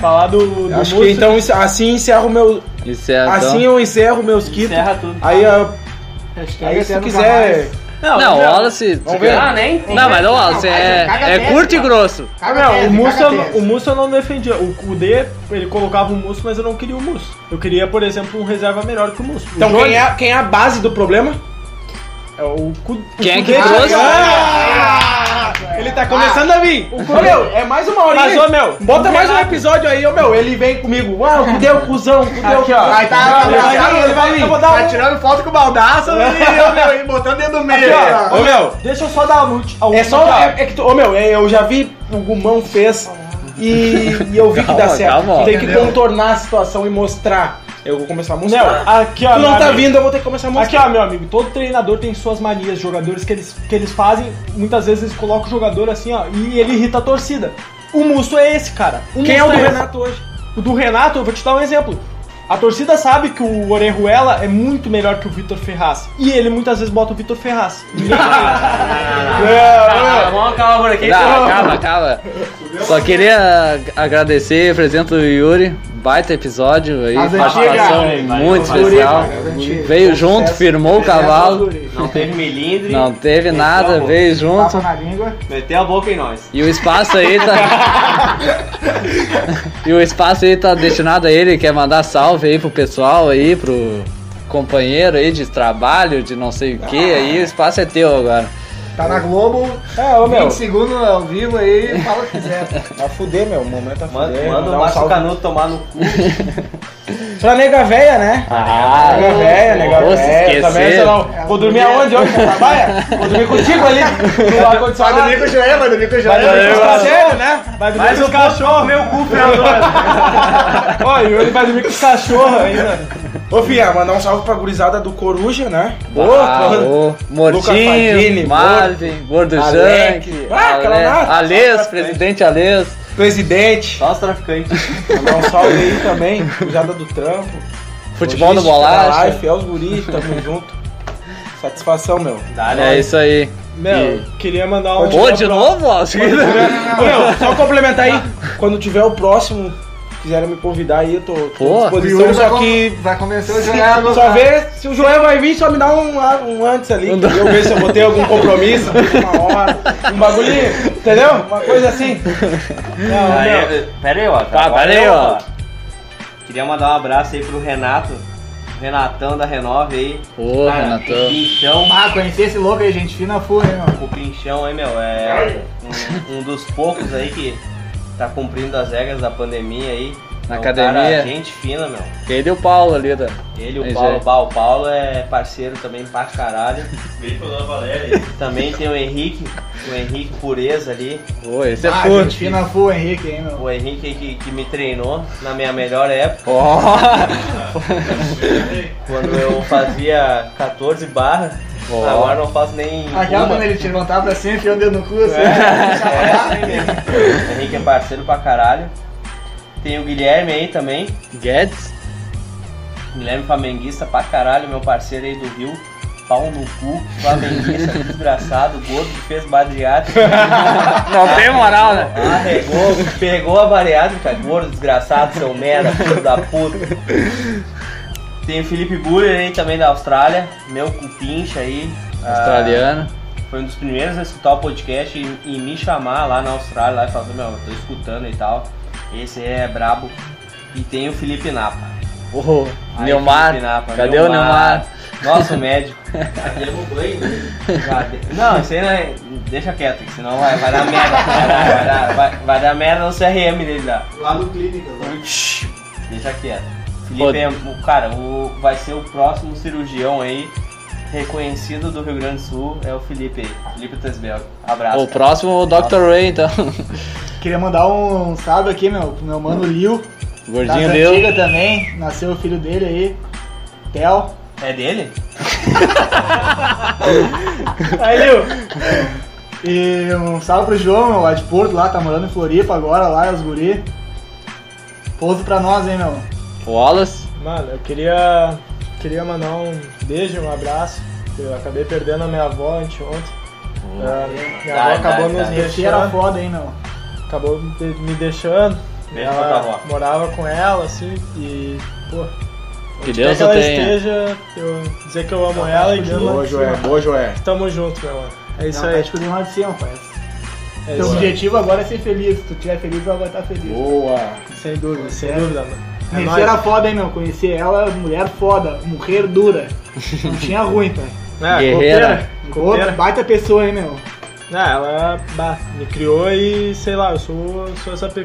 [SPEAKER 8] Falar do, do
[SPEAKER 4] Acho
[SPEAKER 8] Musso.
[SPEAKER 4] que então isso- assim encerro meu.
[SPEAKER 5] Isso é
[SPEAKER 4] Assim
[SPEAKER 5] então...
[SPEAKER 4] eu encerro meus quitos.
[SPEAKER 3] Encerra tudo.
[SPEAKER 4] Aí, ah,
[SPEAKER 2] Hashtag
[SPEAKER 4] aí se
[SPEAKER 2] até
[SPEAKER 4] tu
[SPEAKER 2] nunca
[SPEAKER 4] quiser.
[SPEAKER 2] mais.
[SPEAKER 5] Não, o
[SPEAKER 8] meu,
[SPEAKER 5] Alan se...
[SPEAKER 4] Vamos ver.
[SPEAKER 8] né?
[SPEAKER 3] Ah, nem.
[SPEAKER 5] Não, mas o Alan se
[SPEAKER 2] Não, caga
[SPEAKER 5] é, é
[SPEAKER 2] tese,
[SPEAKER 5] curto e
[SPEAKER 2] cara.
[SPEAKER 5] grosso.
[SPEAKER 2] Caga
[SPEAKER 8] Não, o
[SPEAKER 2] tese,
[SPEAKER 8] Musso,
[SPEAKER 2] caga
[SPEAKER 8] eu não-
[SPEAKER 2] tese.
[SPEAKER 8] o Musso eu não defendia. O Kudê, ele colocava o Musso, mas eu não queria o Musso. Eu queria, por exemplo, um reserva melhor que o Musso. O
[SPEAKER 4] Então
[SPEAKER 8] Johnny
[SPEAKER 4] quem é, quem é a base do problema?
[SPEAKER 8] é o Kudê.
[SPEAKER 5] Quem é que
[SPEAKER 8] Kudê-
[SPEAKER 5] trouxe?
[SPEAKER 4] Ah!
[SPEAKER 8] Ele tá começando a vir.
[SPEAKER 4] O Ô, meu, é mais uma horinha.
[SPEAKER 8] Mas, ô, meu,
[SPEAKER 4] bota
[SPEAKER 8] o
[SPEAKER 4] mais um
[SPEAKER 8] Renato-
[SPEAKER 4] episódio aí, ô meu. Ele vem comigo. Ah,
[SPEAKER 2] <laughs>
[SPEAKER 4] o Cudê é o cuzão, o Cudê é o
[SPEAKER 2] Aqui, ó.
[SPEAKER 4] cuzão.
[SPEAKER 2] Aí tá, tá,
[SPEAKER 4] Ele vai
[SPEAKER 2] tá,
[SPEAKER 4] vir, ele vai vir. Eu vou dar
[SPEAKER 2] tá
[SPEAKER 4] um-
[SPEAKER 2] tirando foto com o <laughs> baldaço e eu, meu, e botando dentro do meio.
[SPEAKER 4] Aqui, ó. Ô, meu,
[SPEAKER 8] Deixa eu só dar a multi. a
[SPEAKER 4] É
[SPEAKER 8] última
[SPEAKER 4] só.
[SPEAKER 8] já.
[SPEAKER 4] É, é que tu, ô meu, é, eu já vi o Gumão fez e, e eu vi que dá
[SPEAKER 5] Calma,
[SPEAKER 4] certo.
[SPEAKER 5] calma.
[SPEAKER 4] Tu tem que
[SPEAKER 2] Entendeu?
[SPEAKER 4] contornar a situação e mostrar. Eu vou começar a
[SPEAKER 8] Não,
[SPEAKER 4] mostrar.
[SPEAKER 8] aqui, ó.
[SPEAKER 4] tu não
[SPEAKER 8] meu
[SPEAKER 4] tá
[SPEAKER 8] amigo.
[SPEAKER 4] vindo, eu vou ter que começar a
[SPEAKER 8] Aqui,
[SPEAKER 4] mostrar.
[SPEAKER 8] ó, meu amigo, todo treinador tem suas manias, jogadores que eles, que eles fazem, muitas vezes eles colocam o jogador assim, ó, e ele irrita a torcida. O Musso é esse, cara.
[SPEAKER 4] Quem é o do
[SPEAKER 8] Musso esse.
[SPEAKER 4] Renato hoje?
[SPEAKER 8] O do Renato, eu vou te dar um exemplo. A torcida sabe que o Orejuela é muito melhor que o Vitor Ferraz. E ele muitas vezes bota o Vitor
[SPEAKER 4] <laughs>
[SPEAKER 8] Ferraz.
[SPEAKER 3] Ah, Vamos acabar por aqui.
[SPEAKER 5] Não, calma, calma. Só queria agradecer a presença do Yuri. Baita episódio aí,
[SPEAKER 2] As
[SPEAKER 5] participação
[SPEAKER 3] antigas.
[SPEAKER 5] muito
[SPEAKER 2] é
[SPEAKER 3] As antigas.
[SPEAKER 5] especial.
[SPEAKER 2] As antigas.
[SPEAKER 5] Veio junto,
[SPEAKER 2] Sucesso.
[SPEAKER 5] firmou o cavalo.
[SPEAKER 2] é
[SPEAKER 3] Não teve melindre.
[SPEAKER 5] Não teve
[SPEAKER 3] Meteu a
[SPEAKER 5] nada,
[SPEAKER 3] boca.
[SPEAKER 5] veio junto.
[SPEAKER 2] Passa na língua.
[SPEAKER 3] Meteu a boca em nós.
[SPEAKER 5] E o espaço aí tá.
[SPEAKER 2] <laughs>
[SPEAKER 5] e o espaço aí tá destinado a ele, quer mandar salve aí pro pessoal aí, pro companheiro aí de trabalho, de não sei o que, aí o espaço é teu agora.
[SPEAKER 2] Tá na Globo,
[SPEAKER 4] É, ô meu.
[SPEAKER 2] 20 segundos ao vivo aí, fala o que <laughs> quiser.
[SPEAKER 4] Vai fuder, meu. O momento é
[SPEAKER 3] Manda,
[SPEAKER 4] fuder. dá
[SPEAKER 3] manda o
[SPEAKER 4] um
[SPEAKER 3] Márcio
[SPEAKER 4] salve.
[SPEAKER 3] Canuto tomar no cu.
[SPEAKER 4] Pra nega véia, né?
[SPEAKER 5] Ah,
[SPEAKER 4] nega véia, nega
[SPEAKER 5] vou se
[SPEAKER 4] véia.
[SPEAKER 5] esquecer.
[SPEAKER 4] Também, sei lá. Vou dormir aonde hoje? Na praia? Vou dormir contigo ali. No
[SPEAKER 2] Vai
[SPEAKER 4] ar-condicionado.
[SPEAKER 2] dormir com o Joel, vai dormir com o Joel.
[SPEAKER 8] dormir com o
[SPEAKER 4] Tá
[SPEAKER 8] Joel.
[SPEAKER 4] sério, né?
[SPEAKER 8] Vai dormir com os cachorros, meu cu, Ó, e ele vai dormir com os cachorros ainda.
[SPEAKER 4] Ô, Fia, mandar um salve pra gurizada do Coruja, né?
[SPEAKER 5] Ah,
[SPEAKER 4] Ô,
[SPEAKER 5] ô,
[SPEAKER 4] Luca Fadini,
[SPEAKER 5] Mortinho, Marvin, Gordo
[SPEAKER 4] Alec.
[SPEAKER 5] Junk,
[SPEAKER 4] Ah, aquela
[SPEAKER 5] Ale-
[SPEAKER 4] lá.
[SPEAKER 5] Alês, presidente Alês.
[SPEAKER 4] Presidente.
[SPEAKER 3] Só os traficantes.
[SPEAKER 4] Mandar um salve aí também, Cruzada do Trampo.
[SPEAKER 5] Futebol
[SPEAKER 4] do
[SPEAKER 5] no Bolacha.
[SPEAKER 4] Life, é os guris, tamo junto. Satisfação, meu.
[SPEAKER 3] Dá,
[SPEAKER 5] É isso aí.
[SPEAKER 8] Meu, queria mandar um.
[SPEAKER 5] Ô, de novo? ó?
[SPEAKER 4] Ô, meu, só complementar aí. Quando tiver o próxmo, quiserem me convidar aí, eu tô, tô
[SPEAKER 5] Pô,
[SPEAKER 4] à
[SPEAKER 2] O
[SPEAKER 4] disposição.
[SPEAKER 2] Yuri vai,
[SPEAKER 4] Só que.
[SPEAKER 2] tá com- vai convencer o Joel a
[SPEAKER 4] Só
[SPEAKER 2] gostar.
[SPEAKER 4] ver se o Joel vai vir, só me dá um, um antes ali.
[SPEAKER 5] Um
[SPEAKER 4] Eu ver se eu vou ter algum compromisso, uma hora, um bagulhinho, entendeu? Uma coisa assim.
[SPEAKER 3] Ah, é, Pera aí, ó.
[SPEAKER 5] Tá,
[SPEAKER 3] Agora
[SPEAKER 5] pera aí,
[SPEAKER 3] eu,
[SPEAKER 5] ó.
[SPEAKER 3] Queria mandar um abraço aí pro Renato. Renatão da Renove aí.
[SPEAKER 5] <laughs> Ô,
[SPEAKER 3] Cara,
[SPEAKER 5] Renatão.
[SPEAKER 3] Pinchão.
[SPEAKER 2] Ah, conhecer esse louco aí, gente fina full, hein, mano.
[SPEAKER 3] O Pinchão aí, meu, é um, um dos poucos aí que tá cumprindo as regras da pandemia aí.
[SPEAKER 5] na
[SPEAKER 3] É um
[SPEAKER 5] academia.
[SPEAKER 3] Cara, gente fina, meu.
[SPEAKER 5] E aí deu o Paulo ali, da...
[SPEAKER 3] Ele, o
[SPEAKER 5] Pois
[SPEAKER 3] Paulo,
[SPEAKER 5] é.
[SPEAKER 3] bah, o Paulo é parceiro também pra caralho.
[SPEAKER 10] Vem pro Dona Valéria.
[SPEAKER 3] Também tem o Henrique, o Henrique Pureza ali.
[SPEAKER 5] Pô, esse é
[SPEAKER 2] ah,
[SPEAKER 5] puto.
[SPEAKER 2] gente fina full, Henrique, hein, meu.
[SPEAKER 3] O Henrique que, que me treinou na minha melhor época,
[SPEAKER 5] Ó! <laughs>
[SPEAKER 3] quando eu fazia 14 barras.
[SPEAKER 5] Ó.
[SPEAKER 3] Agora não faço nem.
[SPEAKER 2] Aquela
[SPEAKER 3] uma.
[SPEAKER 2] quando ele te levantava pra cima, enfiando o dedo no cu, assim.
[SPEAKER 4] É.
[SPEAKER 3] O Henrique é parceiro pra caralho. Tem o Guilherme aí também.
[SPEAKER 5] Guedes?
[SPEAKER 3] Guilherme Flamenguista pra caralho, meu parceiro aí do Rio. Pau no cu, flamenguista, <laughs> desgraçado, gordo que fez badriátrica.
[SPEAKER 5] Não tem moral, né?
[SPEAKER 3] Arregou, Ah, pegou a bariátrica, gordo, desgraçado, seu merda, filho da puta. Tem o Felipe Buller aí também da Austrália, meu cupincha aí. ah,
[SPEAKER 5] Australiano.
[SPEAKER 3] foi um dos primeiros a escutar o podcast e, e me chamar lá na Austrália lá, e falar, assim, meu, eu tô escutando e tal. Esse é brabo. E tem o Felipe Napa.
[SPEAKER 4] Ah.
[SPEAKER 5] Ô,
[SPEAKER 3] Aí,
[SPEAKER 5] Neymar.
[SPEAKER 3] Felipe Napa,
[SPEAKER 5] Cadê o Neymar?
[SPEAKER 3] Nosso médico.
[SPEAKER 10] Aqui é bom banho, né?
[SPEAKER 3] Cadê? <laughs> Não, isso aí não é... Deixa quieto, que senão vai, vai dar merda. Vai dar, vai, dar, vai- vai dar merda no CRM dele lá.
[SPEAKER 10] Lá no né? clínica, lá.
[SPEAKER 3] Deixa quieto.
[SPEAKER 5] Pode.
[SPEAKER 3] Felipe é, o- cara, o, vai ser o próximo cirurgião aí, reconhecido do Rio Grande do Sul, é o Felipe aí. Felipe Tesbel. Abraço.
[SPEAKER 5] O próximo o Dr. Ray, então.
[SPEAKER 2] <laughs>
[SPEAKER 5] <laughs>
[SPEAKER 2] Queria mandar um salve aqui, meu, pro meu mano Liu.
[SPEAKER 5] Gordinho
[SPEAKER 4] Tá
[SPEAKER 2] das
[SPEAKER 5] deu.
[SPEAKER 2] antigas também, nasceu o filho dele aí, Theo.
[SPEAKER 3] É dele?
[SPEAKER 4] Aí, Liu,
[SPEAKER 2] E um salve pro João, meu, lá de Porto, lá, tá morando em Floripa agora, lá, os guri. Pouso pra nós, hein, meu.
[SPEAKER 5] Wallace.
[SPEAKER 4] Mano, eu queria, queria mandar um beijo, um abraço. Eu acabei perdendo a minha avó anteontem. Ah, minha
[SPEAKER 3] Hum. Dá,
[SPEAKER 4] avó
[SPEAKER 3] dá,
[SPEAKER 4] acabou
[SPEAKER 3] dá.
[SPEAKER 4] nos
[SPEAKER 2] Esse era
[SPEAKER 4] deixando.
[SPEAKER 2] foda, hein, meu.
[SPEAKER 4] Acabou de- me deixando.
[SPEAKER 3] Beijo pra tua
[SPEAKER 4] ela
[SPEAKER 3] avó.
[SPEAKER 4] morava com ela, assim, e. Pô,
[SPEAKER 5] Que
[SPEAKER 4] quer
[SPEAKER 5] Deus
[SPEAKER 4] que
[SPEAKER 5] o
[SPEAKER 4] ela
[SPEAKER 5] tenha.
[SPEAKER 4] esteja, eu dizer que eu amo ela e que
[SPEAKER 6] Boa,
[SPEAKER 3] é.
[SPEAKER 6] Joé. Boa, Joé.
[SPEAKER 4] Tamo junto, meu mano. É isso
[SPEAKER 2] Não,
[SPEAKER 4] aí.
[SPEAKER 2] tá escolhendo lá de cima, pai. Teu
[SPEAKER 4] É isso aí.
[SPEAKER 2] objetivo agora é ser feliz. Se tu tiver feliz, ela vai estar feliz.
[SPEAKER 6] Boa.
[SPEAKER 4] Sem dúvida, sem
[SPEAKER 3] né?
[SPEAKER 4] dúvida, mano. É
[SPEAKER 2] Conhecer
[SPEAKER 4] nóis.
[SPEAKER 2] era foda, hein, meu. Conhecer ela, mulher foda, mulher
[SPEAKER 4] <laughs>
[SPEAKER 2] dura. Não tinha ruim, pai.
[SPEAKER 4] É,
[SPEAKER 5] Guerreira.
[SPEAKER 4] copeira,
[SPEAKER 2] Outra
[SPEAKER 4] copeira.
[SPEAKER 2] baita pessoa, hein, meu.
[SPEAKER 4] Não, ela bah, me criou e sei lá, eu sou, sou, essa, pe-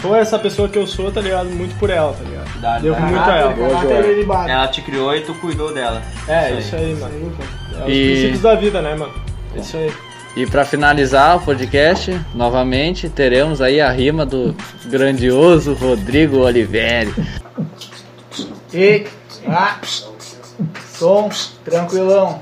[SPEAKER 4] sou essa pessoa que eu sou, tá ligado? Muito por ela, tá ligado?
[SPEAKER 3] Dá,
[SPEAKER 4] Deu
[SPEAKER 3] dá.
[SPEAKER 4] muito a ela.
[SPEAKER 2] Caráter,
[SPEAKER 6] Boa,
[SPEAKER 2] caráter
[SPEAKER 6] Joel.
[SPEAKER 2] ele bate.
[SPEAKER 3] Ela te criou e tu cuidou dela.
[SPEAKER 4] É, isso aí, mano.
[SPEAKER 2] Aí, pai.
[SPEAKER 4] É os
[SPEAKER 5] E-
[SPEAKER 4] princípios da vida, né, mano? É isso aí.
[SPEAKER 5] E pra finalizar o podcast, novamente, teremos aí a rima do grandioso Rodrigo Oliveira.
[SPEAKER 2] E, ah, som, tranquilão.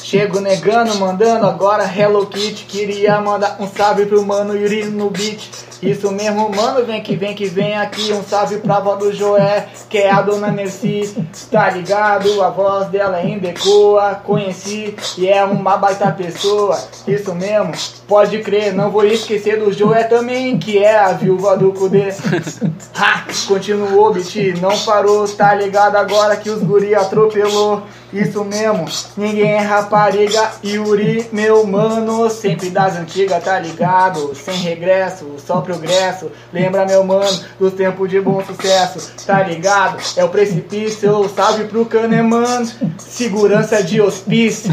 [SPEAKER 2] Chego negando, mandando agora Hello Kitty. Queria mandar um salve pro mano Yuri no beat. Isso mesmo, mano, vem que vem que vem aqui. Um salve pra vó do Joé, que é a dona Nercy. Tá ligado? A voz dela é indecoa. Conheci e é uma baita pessoa. Isso mesmo, pode crer. Não vou esquecer do Joé também, que é a viúva do Kudê. <laughs> Ha! Continuou, Biti, não parou, tá ligado agora que os guri atropelou. Isso mesmo, ninguém é rapariga, Yuri, meu mano, sempre das antigas, tá ligado? Sem regresso, só progresso. Lembra, meu mano, do tempo de bom sucesso, tá ligado? É o precipício, salve pro Kahneman, segurança de hospício.